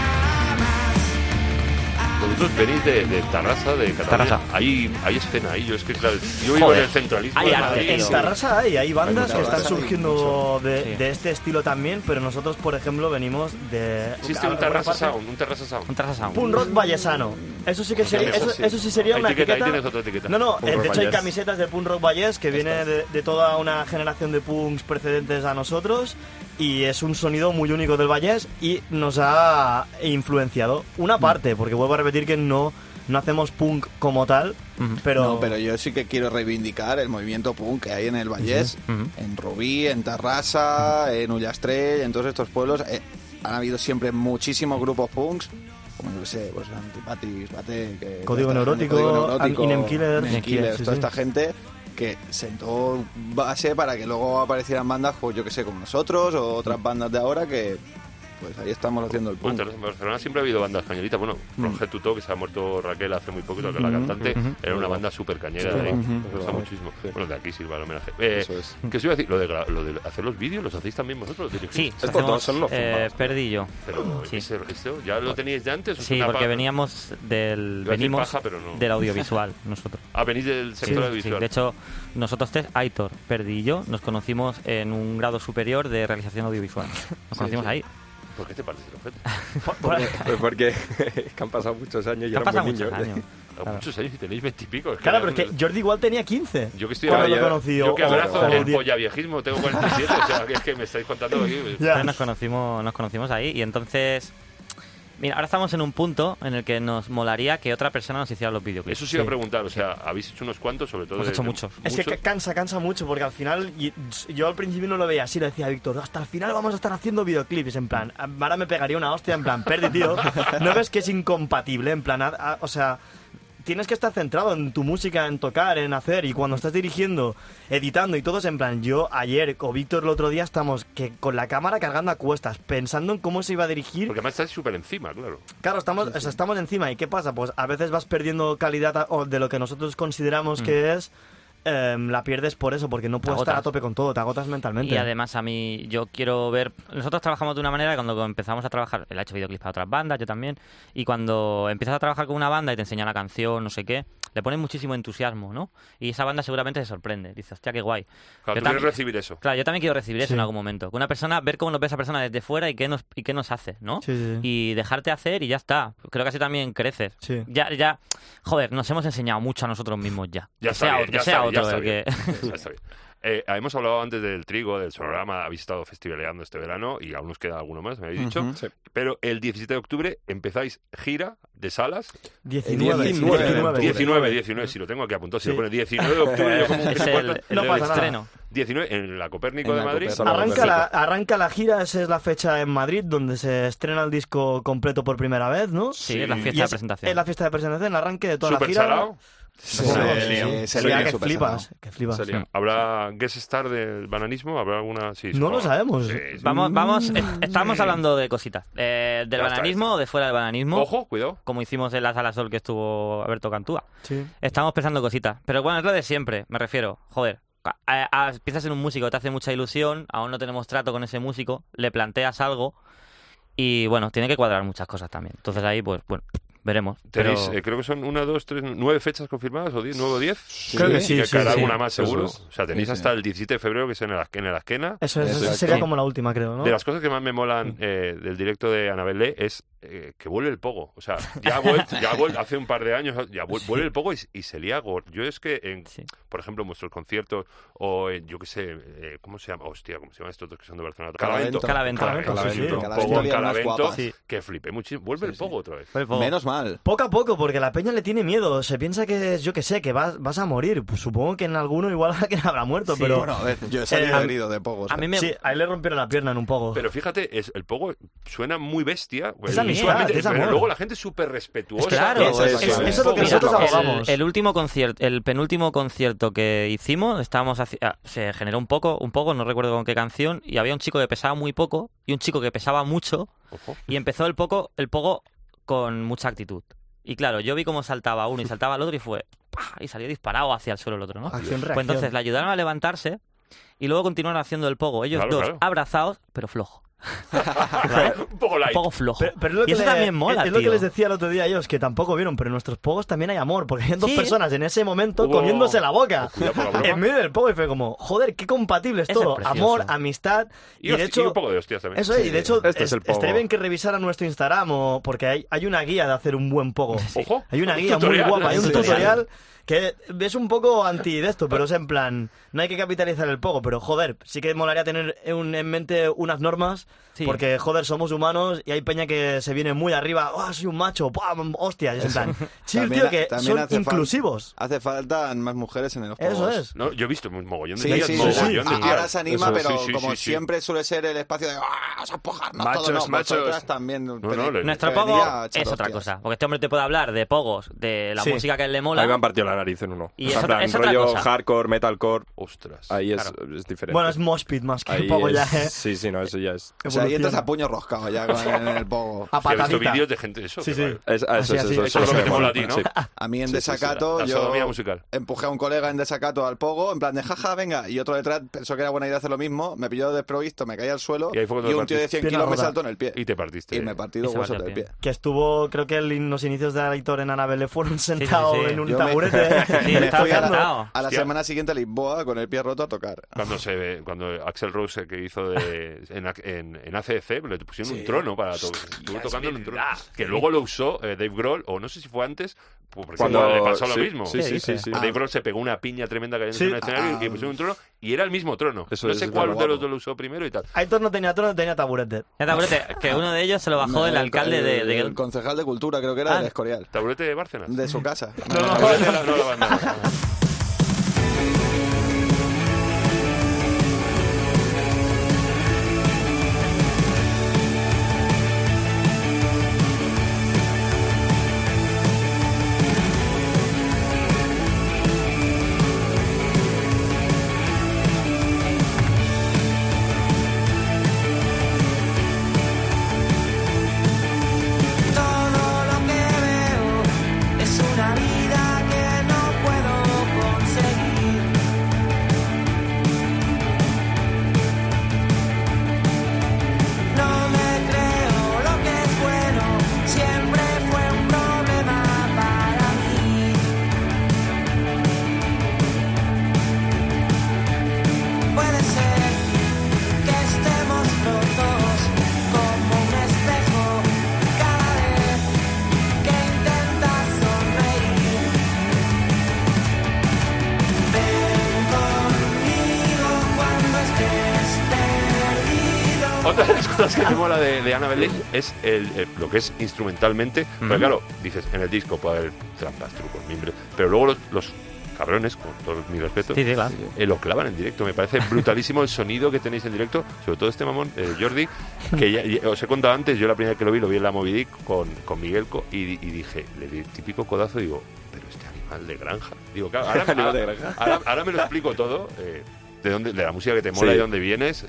Speaker 6: más.
Speaker 1: Vosotros venís de, de Tarrasa, de Cataluña.
Speaker 3: Tarrasa.
Speaker 1: Hay, hay escena ahí. Yo es que, claro, yo vivo
Speaker 3: Joder.
Speaker 1: en el centralismo
Speaker 3: Hay
Speaker 1: de
Speaker 3: arte,
Speaker 1: Pues Madrid.
Speaker 3: tío.
Speaker 4: En Tarrasa hay, hay bandas
Speaker 5: mucha
Speaker 4: que están
Speaker 5: banda, sí,
Speaker 4: surgiendo de,
Speaker 3: Sí.
Speaker 4: de este estilo también, pero nosotros, por ejemplo, venimos de...
Speaker 1: Existe un
Speaker 4: alguna
Speaker 1: Tarrasa
Speaker 4: parte-
Speaker 1: Sound, un Tarrasa Sound.
Speaker 3: Un traza sound.
Speaker 4: Punk rock vallesano. Eso sí que sería,
Speaker 1: eso
Speaker 4: eso,
Speaker 5: sí.
Speaker 4: eso sí sería
Speaker 1: Ahí
Speaker 4: una
Speaker 1: etiqueta, ahí
Speaker 4: etiqueta.
Speaker 1: tienes otra etiqueta.
Speaker 4: No, no,
Speaker 2: Punk
Speaker 4: eh, de
Speaker 2: rock
Speaker 4: hecho hay
Speaker 2: vallés.
Speaker 4: camisetas de punk rock vallés que viene de, de toda una generación de punks precedentes a nosotros y es un sonido muy único del vallés y nos ha influenciado una parte, porque vuelvo a repetir que no, no hacemos punk como tal,
Speaker 3: Ujú.
Speaker 4: pero...
Speaker 5: No, pero yo sí que quiero reivindicar el movimiento punk que hay en el Vallés,
Speaker 3: ujú.
Speaker 5: en Rubí, en Tarrasa, en Ullastrell, en todos estos pueblos. Eh, han habido siempre muchísimos grupos punks, como yo que sé, pues Antipatis, Bate, que-
Speaker 4: Código
Speaker 5: toda esta gente,
Speaker 4: Neurótico, An- Inem Killer.
Speaker 5: Inem Killer,
Speaker 4: Inem Killer, sí,
Speaker 5: toda
Speaker 4: sí.
Speaker 5: esta gente que sentó base para que luego aparecieran bandas, pues yo que sé, como nosotros o otras bandas de ahora que, pues ahí estamos haciendo el
Speaker 1: Bueno,
Speaker 5: punk.
Speaker 1: en Terrassa, en Barcelona siempre ha habido bandas cañeritas. Bueno, Roger Tutó, que se ha muerto Raquel hace muy poquito, que es la cantante, era una banda súper cañera.
Speaker 2: Sí,
Speaker 1: de-
Speaker 2: ujú.
Speaker 1: Me gusta
Speaker 2: Ujú.
Speaker 1: muchísimo. Bueno, de aquí sirva el homenaje. Eh,
Speaker 5: Eso es.
Speaker 1: ¿Qué os iba a decir? Lo de, gra- lo de hacer los vídeos, ¿los hacéis también vosotros? ¿Los
Speaker 3: Sí,
Speaker 1: dirigís?
Speaker 2: Estos dos son los
Speaker 3: eh,
Speaker 2: filmados.
Speaker 3: Perdi y yo.
Speaker 1: Pero,
Speaker 3: Sí.
Speaker 1: ese- ese- ¿ya lo teníais de antes? ¿O es
Speaker 3: Sí,
Speaker 1: una
Speaker 3: porque
Speaker 1: pa-
Speaker 3: veníamos del...
Speaker 1: Iba a decir
Speaker 3: Venimos
Speaker 1: paja, pero no.
Speaker 3: del audiovisual, nosotros.
Speaker 1: Ah, venís del sector
Speaker 3: Sí,
Speaker 1: audiovisual.
Speaker 3: sí. De hecho, nosotros tres, Aitor, Perdi y yo, nos conocimos en un grado superior de realización audiovisual. Nos conocimos
Speaker 5: sí.
Speaker 3: ahí.
Speaker 1: ¿Por qué te parece el objeto?
Speaker 2: Pues porque es que han pasado muchos años y
Speaker 3: Han
Speaker 2: era
Speaker 3: pasado
Speaker 2: muy niño.
Speaker 3: muchos años.
Speaker 1: A Muchos años y tenéis veintipico.
Speaker 4: Claro, pero es que Jordi igual tenía 15.
Speaker 1: Yo que estoy ¿eh?
Speaker 4: cuando
Speaker 2: ahora
Speaker 4: lo
Speaker 2: ya-
Speaker 4: conocí,
Speaker 1: Yo
Speaker 4: o-
Speaker 1: que
Speaker 4: o-
Speaker 1: abrazo
Speaker 4: o-
Speaker 1: el pollaviejismo, tengo 47, o sea, que es que me estáis contando aquí.
Speaker 4: Ya.
Speaker 3: Entonces nos conocimos, nos conocimos ahí y entonces Mira, ahora estamos en un punto en el que nos molaría que otra persona nos hiciera los videoclips.
Speaker 1: Eso sí iba a preguntar, o sea, habéis hecho unos cuantos, sobre todo.
Speaker 3: Hemos
Speaker 1: de-
Speaker 3: hecho
Speaker 1: de-
Speaker 3: mucho.
Speaker 4: Es que ca- cansa, cansa mucho, porque al final, y- yo al principio no lo veía así, le decía a Víctor, hasta el final vamos a estar haciendo videoclips, en plan, ahora me pegaría una hostia, en plan, perdi, tío, ¿no ves que es incompatible? En plan, a- a- o sea, tienes que estar centrado en tu música, en tocar, en hacer, y cuando estás dirigiendo, editando y todo es en plan, yo ayer, con Víctor el otro día, estamos que con la cámara cargando a cuestas, pensando en cómo se iba a dirigir,
Speaker 1: Porque además estáis súper encima, claro.
Speaker 4: Claro, estamos, o sea, estamos encima. ¿Y qué pasa? Pues a veces vas perdiendo calidad a- o de lo que nosotros consideramos que es. em, la pierdes por eso, porque no puedes estar
Speaker 3: Mm. agotas.
Speaker 4: a tope con todo, te agotas mentalmente.
Speaker 3: Y además a mí, yo quiero ver... Nosotros trabajamos de una manera, cuando empezamos a trabajar, él ha hecho videoclips para otras bandas, yo también, y cuando empiezas a trabajar con una banda y te enseña la canción, no sé qué, le pones muchísimo entusiasmo, ¿no? Y esa banda seguramente se sorprende, dice, hostia, qué guay.
Speaker 1: Claro,
Speaker 3: Yo
Speaker 1: tú
Speaker 3: también-
Speaker 1: quieres recibir eso.
Speaker 3: Claro, yo también quiero recibir eso
Speaker 4: Sí.
Speaker 3: en algún momento. Que una persona, ver cómo nos ve esa persona desde fuera y qué nos, y qué nos hace, ¿no?
Speaker 4: Sí, sí, sí.
Speaker 3: Y dejarte hacer y ya está. Creo que así también creces.
Speaker 4: Sí.
Speaker 3: Ya, ya, joder, nos hemos enseñado mucho a nosotros mismos ya.
Speaker 1: Ya
Speaker 3: que
Speaker 1: está
Speaker 3: sea,
Speaker 1: bien,
Speaker 3: otro-
Speaker 1: ya
Speaker 3: que sea
Speaker 1: está bien, ya
Speaker 3: otro
Speaker 1: está
Speaker 3: el
Speaker 1: bien.
Speaker 3: que...
Speaker 1: Ya está bien. Eh, hemos hablado antes del trigo, del programa, habéis estado festivaleando este verano y aún nos queda alguno más, me habéis dicho.
Speaker 5: Ujú.
Speaker 1: Pero el 17 de octubre empezáis gira de salas.
Speaker 4: 19,
Speaker 5: 19,
Speaker 4: 19.
Speaker 1: 19, 19, si lo tengo aquí apuntado, si
Speaker 4: Eh, Sí.
Speaker 1: lo pone 19 de octubre, yo como un
Speaker 3: es el, el
Speaker 4: No
Speaker 3: del
Speaker 4: pasa nada.
Speaker 3: estreno.
Speaker 1: 19 en la Copérnico
Speaker 5: En
Speaker 1: de
Speaker 5: la
Speaker 1: Madrid.
Speaker 5: Copérnico.
Speaker 4: Arranca la, arranca la gira, esa es la fecha en Madrid, donde se estrena el disco completo por primera vez, ¿no?
Speaker 3: Sí, es la
Speaker 1: Sí.
Speaker 3: fiesta
Speaker 4: Y
Speaker 3: de
Speaker 4: es-
Speaker 3: presentación.
Speaker 4: Es la fiesta de presentación, el arranque de toda
Speaker 1: Super
Speaker 4: la gira.
Speaker 1: salado.
Speaker 5: Se
Speaker 4: Sí,
Speaker 5: lía,
Speaker 4: sí, sí.
Speaker 5: se
Speaker 4: Sí,
Speaker 5: lía
Speaker 4: que
Speaker 5: súper
Speaker 4: flipas,
Speaker 5: sanado.
Speaker 4: que flipas.
Speaker 5: Se lía.
Speaker 1: ¿Habrá guest star del bananismo? ¿Habrá alguna? Sí,
Speaker 4: No
Speaker 1: supongo.
Speaker 4: lo sabemos.
Speaker 1: Sí, sí.
Speaker 3: Vamos, vamos, eh, estamos hablando de cositas. Eh, del
Speaker 1: Ya está,
Speaker 3: bananismo o de fuera del bananismo.
Speaker 1: Ojo, cuidado.
Speaker 3: Como hicimos en la sala Sol que estuvo Alberto Cantúa.
Speaker 4: Sí.
Speaker 3: Estamos pensando cositas. Pero bueno, es lo de siempre, me refiero. Joder. a- a- piensas en un músico, te hace mucha ilusión, aún no tenemos trato con ese músico, le planteas algo y bueno, tiene que cuadrar muchas cosas también. Entonces ahí, pues, bueno, veremos. Pero
Speaker 1: Tenéis, eh, creo que son una, dos, tres, nueve fechas confirmadas o diez, nueve o diez.
Speaker 4: Creo que sí,
Speaker 1: que
Speaker 4: sí,
Speaker 1: hará
Speaker 4: sí.
Speaker 1: alguna más seguro.
Speaker 5: Eso es.
Speaker 1: O sea, tenéis
Speaker 5: Sí,
Speaker 1: hasta
Speaker 5: sí.
Speaker 1: el 17 de febrero que es en el, en el Asquena.
Speaker 4: Eso, es-
Speaker 5: Exacto.
Speaker 4: sería
Speaker 5: Sí.
Speaker 4: como la última, creo, ¿no? Mm.
Speaker 1: De las cosas que más me molan eh, del directo de Anabel Lee es eh, que vuelve el pogo. O sea, ya ha vuelto, ya ha vuelto hace un par de años, ya vuel- vuelve el pogo y, y se lía. gor- Yo es que, en,
Speaker 3: Sí.
Speaker 1: por ejemplo, en vuestros conciertos o en, yo qué sé, eh, ¿cómo se llama? Hostia, ¿cómo se llaman estos dos que son de Barcelona?
Speaker 5: Calavento.
Speaker 3: Calavento.
Speaker 1: Calavento,
Speaker 4: Calavento,
Speaker 1: sí,
Speaker 4: sí,
Speaker 1: sí,
Speaker 4: sí.
Speaker 1: un
Speaker 5: Calavento
Speaker 1: pogo en
Speaker 5: había unas
Speaker 1: Calavento.
Speaker 5: guapas.
Speaker 3: Sí.
Speaker 1: Que flipe muchísimo. Vuelve el pogo otra vez.
Speaker 3: Por favor.
Speaker 5: Menos mal.
Speaker 4: Poco a poco, porque la peña le tiene miedo. Se piensa que, yo que sé, que vas, vas a morir. Pues supongo que en alguno igual alguien habrá muerto,
Speaker 3: Sí.
Speaker 4: pero...
Speaker 5: Bueno, a ver, yo he salido
Speaker 4: Eh, a-
Speaker 5: herido de pocos.
Speaker 3: a mí me,
Speaker 4: Sí, a él le rompieron la pierna en un poco.
Speaker 1: Pero fíjate, es, el pogo suena muy bestia.
Speaker 4: Es
Speaker 1: eh,
Speaker 4: amistad,
Speaker 1: visualmente,
Speaker 4: es
Speaker 1: pero
Speaker 4: amor.
Speaker 1: luego la gente es súper respetuosa.
Speaker 3: Claro,
Speaker 1: con-
Speaker 3: eso es-
Speaker 1: con
Speaker 3: eso
Speaker 1: el
Speaker 4: es lo que
Speaker 1: ¿eh? pogo.
Speaker 4: nosotros
Speaker 1: Mira,
Speaker 4: abogamos.
Speaker 3: El, el último concierto, el penúltimo concierto que hicimos, estábamos haci- ah, se generó un poco, un poco, no recuerdo con qué canción, y había un chico que pesaba muy poco y un chico que pesaba mucho
Speaker 1: Ojo.
Speaker 3: y empezó el poco, el poco con mucha actitud. Y claro, yo vi cómo saltaba uno y saltaba el otro y fue ¡pah! y salió disparado hacia el suelo el otro, ¿no?
Speaker 4: Ah, Acción, reacción.
Speaker 3: Pues entonces le ayudaron a levantarse y luego continuaron haciendo el poco, ellos
Speaker 1: Claro,
Speaker 3: dos
Speaker 1: claro.
Speaker 3: abrazados, pero flojo.
Speaker 1: Un poco light.
Speaker 3: Poco flojo.
Speaker 4: Pero- pero es lo
Speaker 3: y
Speaker 4: que
Speaker 3: eso
Speaker 4: le-
Speaker 3: también mola,
Speaker 4: Es, es lo que
Speaker 3: tío.
Speaker 4: les decía el otro día a ellos, que tampoco vieron, pero en nuestros pogos también hay amor, porque hay dos
Speaker 3: Sí. Pues
Speaker 4: personas en ese momento
Speaker 1: Hubo-
Speaker 4: comiéndose la boca.
Speaker 1: Cuidado por la broma.
Speaker 4: En medio del pogo y fue como, joder, qué compatible es
Speaker 3: Eso es
Speaker 4: todo.
Speaker 3: precioso.
Speaker 4: amor, amistad.
Speaker 1: Y,
Speaker 4: Y, de
Speaker 1: hosti-
Speaker 4: hecho,
Speaker 1: y un poco de hostias también.
Speaker 4: Eso es, y de hecho,
Speaker 2: Este es el
Speaker 4: est- estaría
Speaker 2: pogo.
Speaker 4: bien que revisaran nuestro Instagram, o, porque hay, hay una guía de hacer un buen pogo.
Speaker 1: Ojo.
Speaker 4: Hay una
Speaker 1: Un
Speaker 4: guía muy
Speaker 1: tutorial.
Speaker 4: guapa, hay
Speaker 1: Sí.
Speaker 4: un tutorial que es un poco anti de esto, pero es en plan, no hay que capitalizar el pogo, pero joder, sí que molaría tener un- en mente unas normas,
Speaker 3: Sí.
Speaker 4: porque joder, somos humanos y hay peña que se viene muy arriba, ah, soy un macho, ¡pam! hostias, y es en plan, chill,
Speaker 5: También
Speaker 4: tío,
Speaker 5: ha-
Speaker 4: que
Speaker 5: también
Speaker 4: son
Speaker 5: hace falta-
Speaker 4: inclusivos.
Speaker 5: Hace falta más mujeres en los
Speaker 4: Eso
Speaker 5: pocos.
Speaker 4: es.
Speaker 1: No, yo he visto un mogollón de
Speaker 5: Sí, sí,
Speaker 1: tías,
Speaker 5: sí,
Speaker 1: mogollón
Speaker 5: sí.
Speaker 1: de
Speaker 5: Ah,
Speaker 1: tías.
Speaker 5: Ahora se anima,
Speaker 1: Eso,
Speaker 5: pero
Speaker 1: sí, sí,
Speaker 5: como
Speaker 1: sí, sí.
Speaker 5: siempre suele ser el espacio de ¡Ah, vamos a empujarnos
Speaker 2: Machos,
Speaker 5: todos! No,
Speaker 2: machos.
Speaker 5: vosotras también. No,
Speaker 1: no, le-
Speaker 3: Nuestro
Speaker 5: Venía
Speaker 3: pogo
Speaker 5: a echar
Speaker 3: es otra
Speaker 5: hostias.
Speaker 3: cosa. Porque este hombre te puede hablar de pogos, de la
Speaker 4: Sí.
Speaker 3: música que a él le
Speaker 2: A mí me
Speaker 3: mola.
Speaker 2: han partido la nariz en uno.
Speaker 3: Y
Speaker 2: O sea,
Speaker 3: es
Speaker 2: en
Speaker 3: otra-
Speaker 2: plan,
Speaker 3: es otra
Speaker 2: rollo
Speaker 3: cosa.
Speaker 2: hardcore, metalcore.
Speaker 1: Ostras.
Speaker 2: Ahí es,
Speaker 3: Claro.
Speaker 2: es diferente.
Speaker 4: Bueno, es moshpit más que
Speaker 2: Ahí
Speaker 4: pogo ya,
Speaker 2: es-
Speaker 4: ¿eh?
Speaker 2: Sí, sí, no, eso ya es.
Speaker 5: O sea, ahí entras
Speaker 4: Evoluciona.
Speaker 5: a puño roscado ya con- en el pogo.
Speaker 4: A
Speaker 1: Sí, he visto
Speaker 4: patadita.
Speaker 1: vídeos de gente de eso.
Speaker 4: Sí,
Speaker 1: que
Speaker 4: sí.
Speaker 1: vale.
Speaker 2: Es- ah, eso,
Speaker 4: Así,
Speaker 2: es,
Speaker 4: así.
Speaker 2: eso,
Speaker 1: Eso es lo que te mola a ti,
Speaker 2: me
Speaker 1: ¿no?
Speaker 2: Sí.
Speaker 5: A mí en
Speaker 2: Sí, sí, sí,
Speaker 5: desacato
Speaker 1: la
Speaker 5: yo
Speaker 1: sodomía musical.
Speaker 5: empujé a un colega en desacato al pogo, en plan de jaja, venga, y otro detrás pensó que era buena idea hacer lo mismo, me pilló desprovisto, me caí al suelo
Speaker 1: Y
Speaker 5: y,
Speaker 1: ahí fue cuando te
Speaker 5: un tío de 100
Speaker 4: partiste.
Speaker 5: kilos me
Speaker 4: Pierna
Speaker 5: saltó en el pie.
Speaker 1: Y te partiste.
Speaker 5: Y me partí dos
Speaker 3: se
Speaker 5: huesos
Speaker 3: partió
Speaker 5: del
Speaker 3: el pie.
Speaker 5: pie.
Speaker 4: Que estuvo, creo que el- los inicios de Aitor en Anabel fueron sentados
Speaker 3: sí.
Speaker 4: en un
Speaker 5: Yo me-
Speaker 4: taburete.
Speaker 3: Sí, estaba
Speaker 5: fui a la-
Speaker 3: sentado.
Speaker 5: A la
Speaker 1: Hostia.
Speaker 5: semana siguiente a Lisboa con el pie roto a tocar.
Speaker 1: Cuando, se, ve- cuando Axel Rose, eh, que hizo de, en, ac- en, en ACC, le pusieron un trono para tocar. Estuvo tocando en un trono. Que luego lo usó eh, Dave Grohl, o no sé si fue antes, Pues, porque
Speaker 2: Cuando-
Speaker 1: igual le pasó lo
Speaker 2: sí,
Speaker 1: mismo.
Speaker 2: Sí, sí, sí.
Speaker 3: dices?
Speaker 2: sí.
Speaker 1: Dave Grohl se pegó una piña tremenda cayendo
Speaker 4: Sí.
Speaker 1: en un escenario
Speaker 5: Ah.
Speaker 1: y pusieron un trono y era el mismo trono.
Speaker 2: Eso
Speaker 1: no
Speaker 2: es,
Speaker 1: sé
Speaker 2: es
Speaker 1: cuál
Speaker 5: verdad.
Speaker 1: de los dos lo usó primero y tal.
Speaker 4: Aitor no tenía trono, tenía taburete.
Speaker 3: Ya te acuerdas que uno de ellos se lo bajó el alcalde de... de-
Speaker 5: El concejal de cultura, creo que era,
Speaker 3: Ah.
Speaker 5: de Escorial.
Speaker 1: Taburete de Bárcenas.
Speaker 5: De su casa.
Speaker 1: Taburete de la- no, la banda.
Speaker 6: Todo lo que veo es una vida que no puedo conseguir. No me creo lo que es bueno, siempre fue un problema para mí. Puede ser que estemos rotos como un espejo cada vez que intentas sonreír. Ven conmigo cuando estés perdido.
Speaker 1: Otra de las cosas que me mola de, de Ana Belén es el, el- lo que es instrumentalmente. Pero claro, dices, en el disco puede haber trampas, trucos, mimbres. Pero luego los, los cabrones, con todo mi respeto,
Speaker 3: Sí, sí, claro.
Speaker 1: eh, lo clavan en directo. Me parece brutalísimo el sonido que tenéis en directo, sobre todo este mamón, eh, Jordi, que ya, ya os he contado antes, yo la primera vez que lo vi, lo vi en la Moby Dick con, con Miguelco y, di- y dije, le di el típico codazo y digo, pero este animal de granja. Digo, claro, ahora,
Speaker 2: Animal de
Speaker 1: ahora-
Speaker 2: granja.
Speaker 1: ahora- ahora me lo explico todo, eh, de, dónde, de la música que te mola
Speaker 2: Sí.
Speaker 1: y de dónde vienes, eh,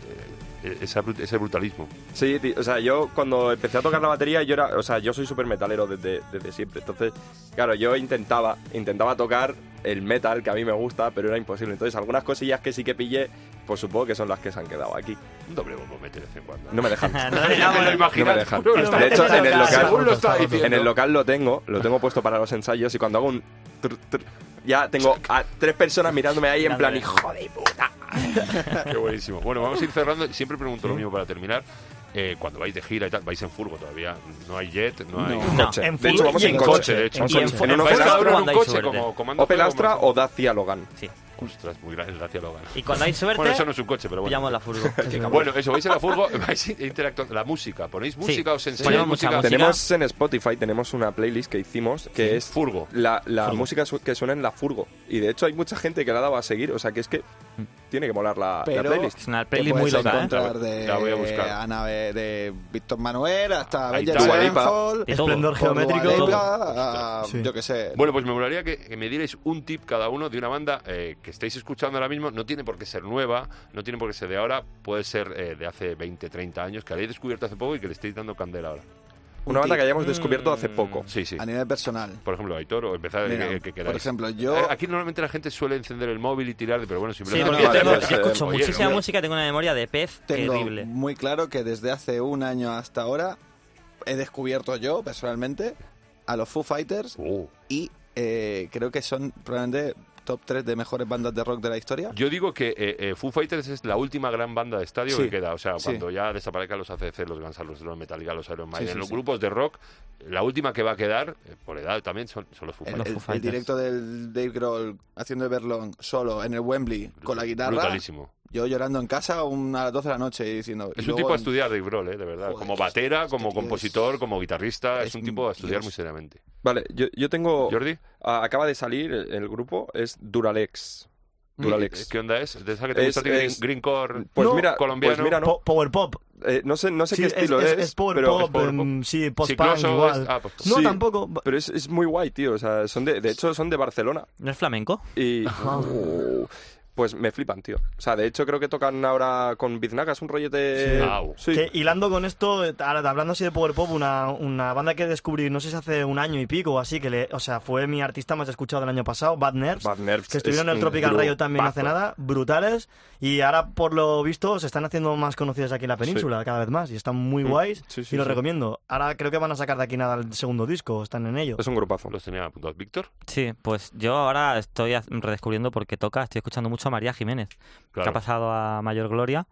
Speaker 1: esa brut- ese brutalismo.
Speaker 2: Sí, ti- o sea, yo cuando empecé a tocar la batería, yo era, o sea, yo soy súper metalero desde, desde siempre. Entonces, claro, yo intentaba, intentaba tocar el metal que a mí me gusta, pero era imposible. Entonces, algunas cosillas que sí que pillé, pues supongo que son las que se han quedado aquí.
Speaker 1: Un doble bombo mete de vez en cuando.
Speaker 2: No me dejan.
Speaker 3: No
Speaker 1: No
Speaker 3: le damos-
Speaker 1: me lo imaginas,
Speaker 2: No
Speaker 1: seguro
Speaker 2: me dejan.
Speaker 1: lo está
Speaker 2: De hecho,
Speaker 1: diciendo.
Speaker 2: en el local-
Speaker 1: Seguro lo está
Speaker 4: en el
Speaker 1: diciendo.
Speaker 2: En el local lo tengo, lo tengo puesto para los ensayos y cuando hago un tr- tr- ya tengo a tres personas mirándome ahí en plan hijo de puta.
Speaker 1: Qué buenísimo. Bueno, vamos a ir cerrando. Siempre pregunto lo mismo para terminar. Eh, cuando vais de gira y tal, vais en furgo todavía. No hay jet, no hay.
Speaker 5: No.
Speaker 3: No,
Speaker 4: En
Speaker 2: De hecho,
Speaker 4: furgo
Speaker 2: vamos
Speaker 4: y
Speaker 2: en
Speaker 4: en
Speaker 2: coche,
Speaker 4: coche.
Speaker 2: de hecho,
Speaker 4: En
Speaker 2: en
Speaker 4: coche.
Speaker 2: En
Speaker 1: En
Speaker 2: una
Speaker 1: vais
Speaker 2: Opel
Speaker 1: cada uno en
Speaker 2: Astra,
Speaker 1: un
Speaker 3: Cuando hay
Speaker 1: coche
Speaker 3: suerte.
Speaker 1: como comando.
Speaker 2: Opel
Speaker 1: todo,
Speaker 2: Astra
Speaker 1: como-
Speaker 2: o Dacia Logan.
Speaker 3: sí.
Speaker 1: Ostras, muy gra- gracias, Logan.
Speaker 3: Y cuando hay suerte,
Speaker 1: Bueno, eso no es un coche, pero bueno.
Speaker 3: pillamos la furgo.
Speaker 1: Bueno, eso, vais en la furgo, vais interactuando. La música, ¿ponéis música? ¿Os enseñáis
Speaker 3: Ponemos mucha
Speaker 1: música?
Speaker 3: música.
Speaker 2: Tenemos en Spotify tenemos una playlist que hicimos que es
Speaker 1: Furgo.
Speaker 2: la, la música su- que suena en la furgo. Y de hecho hay mucha gente que la ha dado a seguir, o sea que es que tiene que molar la, la
Speaker 5: Pero-
Speaker 2: playlist.
Speaker 3: Es una
Speaker 5: Te
Speaker 3: peli muy
Speaker 5: puedes
Speaker 3: loca, ¿eh?
Speaker 5: encontrar
Speaker 1: La-
Speaker 5: de
Speaker 1: la voy a buscar.
Speaker 5: Ana Be- de Víctor Manuel hasta
Speaker 1: Ahí
Speaker 5: Bella
Speaker 1: está. Dua
Speaker 2: Lipa.
Speaker 5: Fall,
Speaker 3: Y todo.
Speaker 4: Esplendor
Speaker 5: por
Speaker 4: geométrico.
Speaker 5: Dua
Speaker 4: todo.
Speaker 5: Lipa, a-
Speaker 4: Sí.
Speaker 5: yo qué sé.
Speaker 1: Bueno, pues me molaría que, que me dierais un tip cada uno de una banda eh, que estáis escuchando ahora mismo. No tiene por qué ser nueva, no tiene por qué ser de ahora, puede ser eh, de hace 20, 30 años, que habéis descubierto hace poco y que le estáis dando candela ahora.
Speaker 2: Una banda que hayamos
Speaker 3: Mm.
Speaker 2: descubierto hace poco.
Speaker 1: Sí, sí. Pues,
Speaker 5: a nivel personal.
Speaker 1: Por ejemplo, Aitor, o empezar
Speaker 5: Mira,
Speaker 1: el que, que queráis.
Speaker 5: por ejemplo, yo...
Speaker 1: Eh, Aquí normalmente la gente suele encender el móvil y tirar, de- pero bueno,
Speaker 3: Sí,
Speaker 1: simplemente...
Speaker 3: porque
Speaker 2: Vale,
Speaker 3: yo, tengo-
Speaker 2: pues,
Speaker 3: yo
Speaker 2: eh,
Speaker 3: escucho
Speaker 1: oye,
Speaker 3: muchísima
Speaker 1: no-
Speaker 3: música, tengo una memoria de pez
Speaker 5: Tengo
Speaker 3: terrible.
Speaker 5: muy claro que desde hace un año hasta ahora he descubierto yo, personalmente, a los Foo Fighters
Speaker 1: Oh.
Speaker 5: y eh, creo que son probablemente top 3 de mejores bandas de rock de la historia.
Speaker 1: Yo digo que eh, eh, Foo Fighters es la última gran banda de estadio
Speaker 5: Sí,
Speaker 1: que queda. O sea,
Speaker 5: sí.
Speaker 1: cuando ya desaparezcan los ACC, los Guns N' Roses, los Metallica, los Iron Maiden,
Speaker 5: sí,
Speaker 1: los
Speaker 5: sí.
Speaker 1: grupos de rock, la última que va a quedar, eh, por edad también, son, son los Foo
Speaker 5: El,
Speaker 1: Fighters.
Speaker 3: Foo
Speaker 5: el- el
Speaker 3: Fighters.
Speaker 5: directo del Dave Grohl haciendo el Berlón solo en el Wembley con la guitarra.
Speaker 1: Brutalísimo.
Speaker 5: Yo llorando en casa un- a las 12 de la noche y diciendo. y
Speaker 1: Es un
Speaker 5: luego
Speaker 1: tipo a
Speaker 5: en-
Speaker 1: estudiar, Dave Grohl, eh, de verdad.
Speaker 5: Joder,
Speaker 1: como
Speaker 5: que-
Speaker 1: batera,
Speaker 5: que
Speaker 1: como
Speaker 5: tío es-
Speaker 1: compositor, como guitarrista. Es,
Speaker 5: es
Speaker 1: un tipo a estudiar
Speaker 5: Dios. Oh,
Speaker 1: muy seriamente.
Speaker 2: Vale, yo, yo tengo
Speaker 1: ¿Jordi?
Speaker 2: a- acaba de salir el, el grupo es Duralex. Duralex.
Speaker 1: eh, ¿Qué onda es? ¿De esa que te
Speaker 2: Es-
Speaker 1: gusta a ti, green-
Speaker 2: es-
Speaker 1: Greencore
Speaker 2: Pues
Speaker 4: No.
Speaker 2: mira,
Speaker 1: colombiano?
Speaker 2: pues mira, no,
Speaker 4: Po- Power pop.
Speaker 2: eh, no sé, no sé
Speaker 4: Sí,
Speaker 2: qué
Speaker 4: es,
Speaker 2: estilo es,
Speaker 4: es- es power
Speaker 2: pero,
Speaker 4: pop,
Speaker 1: power
Speaker 4: em, sí, post-punk
Speaker 1: Cicloso
Speaker 4: igual.
Speaker 1: es- ah, pues-
Speaker 4: no,
Speaker 2: Sí.
Speaker 4: tampoco.
Speaker 2: pero es, es muy guay, tío. O sea, son de, de hecho son de Barcelona
Speaker 3: ¿No es flamenco?
Speaker 2: y Uh, pues me flipan, tío. O sea, de hecho creo que tocan ahora con Biznaga, es un rollete.
Speaker 1: Sí. Au.
Speaker 2: Sí.
Speaker 4: Que hilando con esto, eh, ahora hablando así de Power Pop, una, una banda que descubrí, no sé si hace un año y pico o así, que le, o sea, fue mi artista más escuchado del año pasado, Bad Nerves.
Speaker 2: Bad Nerves
Speaker 4: que
Speaker 2: es
Speaker 4: estuvieron en el
Speaker 2: un
Speaker 4: Tropical
Speaker 2: grupo.
Speaker 4: Rayo también hace nada, brutales. Y ahora, por lo visto, se están haciendo más conocidos aquí en la península cada vez más y están muy guays.
Speaker 2: Mm. Sí, sí,
Speaker 4: y los
Speaker 2: sí.
Speaker 4: recomiendo. Ahora creo que van a sacar de aquí nada el segundo disco, están en ello.
Speaker 2: Es un grupazo.
Speaker 1: Los tenía apuntados. ¿Víctor?
Speaker 3: Sí, pues yo ahora estoy haz- redescubriendo porque toca, estoy escuchando mucho a María Jiménez, que
Speaker 1: Claro.
Speaker 3: ha pasado a Mayor Gloria.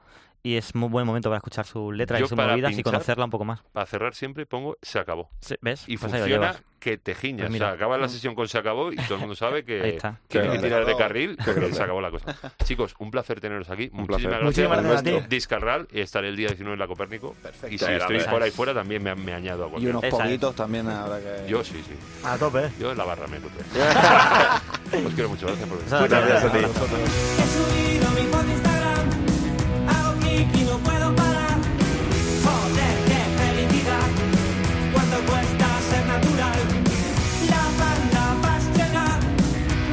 Speaker 3: y es muy buen momento para escuchar sus letras
Speaker 1: Yo
Speaker 3: y sus
Speaker 1: para
Speaker 3: movidas y
Speaker 1: pinchar-
Speaker 3: conocerla un poco más.
Speaker 1: Para cerrar siempre pongo se acabó.
Speaker 3: Sí, ¿Ves?
Speaker 1: Y
Speaker 3: Pues ahí lo
Speaker 1: funciona
Speaker 3: llevas.
Speaker 1: que te giñas.
Speaker 3: Pues mira.
Speaker 1: o sea, acaba la sesión con se acabó y todo el mundo sabe
Speaker 3: Ahí
Speaker 1: que
Speaker 3: está.
Speaker 1: tiene que
Speaker 5: grande.
Speaker 1: tirar de carril
Speaker 2: grande.
Speaker 1: que se acabó la cosa. Chicos, un placer teneros aquí.
Speaker 2: placer.
Speaker 1: Muchísimas gracias.
Speaker 4: Muchísimas gracias a ti.
Speaker 1: Discarral, estaré el día 19 en la Copérnico. Y si
Speaker 5: Perfecto.
Speaker 1: estoy
Speaker 3: gracias.
Speaker 1: por ahí fuera también me, me añado a
Speaker 5: Y
Speaker 1: cualquier.
Speaker 5: unos
Speaker 3: Esa es.
Speaker 5: poquitos también habrá que...
Speaker 1: Yo sí, sí.
Speaker 4: A tope.
Speaker 1: Yo en la barra me encuentro. Os quiero mucho. Gracias por venir.
Speaker 3: Muchas
Speaker 2: Gracias a ti.
Speaker 6: He subido mi foto a Instagram, hago clic y no puedo parar. Joder, qué felicidad, cuánto cuesta ser natural. La banda va a estrenar,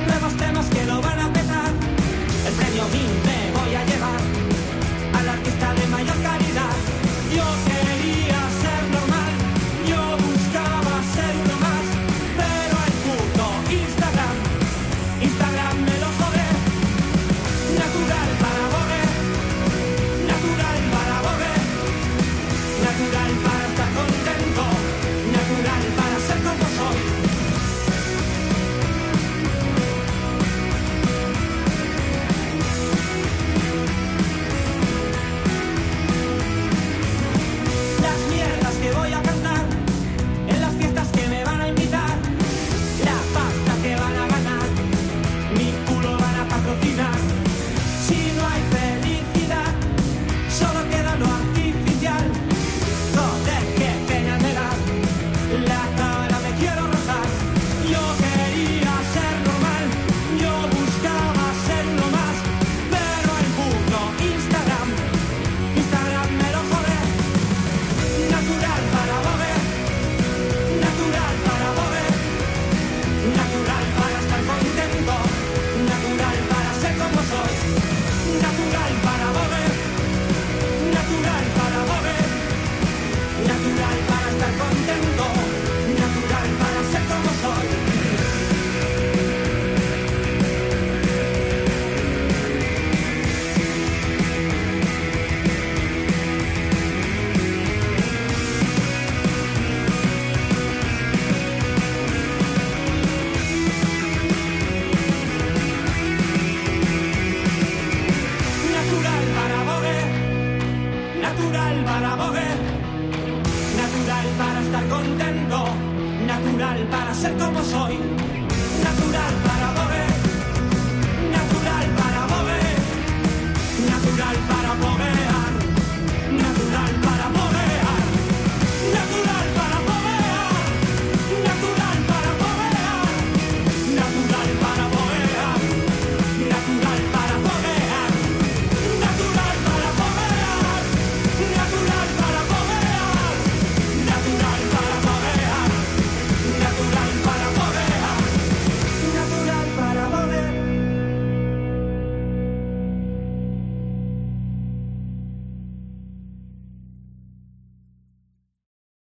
Speaker 6: nuevos temas que lo van a petar. El premio Min me voy a llevar, al artista de mayor calidad. Yo quería ser normal, yo buscaba ser uno más, pero el puto Instagram, Instagram me lo jode. Natural para volver, natural para volver, natural para estar contento, natural para ser como soy. Las mierdas que voy a cantar, en las fiestas que me van a invitar, la pasta que van a ganar, mi culo van a patrocinar. Si no hay felicidad, solo queda lo artificial. Joder, qué pena me da. La cara me quiero rozar. Yo quería ser normal, yo buscaba ser lo más. Pero el puto Instagram, Instagram me lo jode. Natural para volver, natural para volver, natural para estar contento, natural para ser como soy. Natural para volver, natural para volver, natural para estar contento, natural para ser como soy. Natural para volver, natural para volver, natural para estar contento, natural para ser como soy, natural para volver.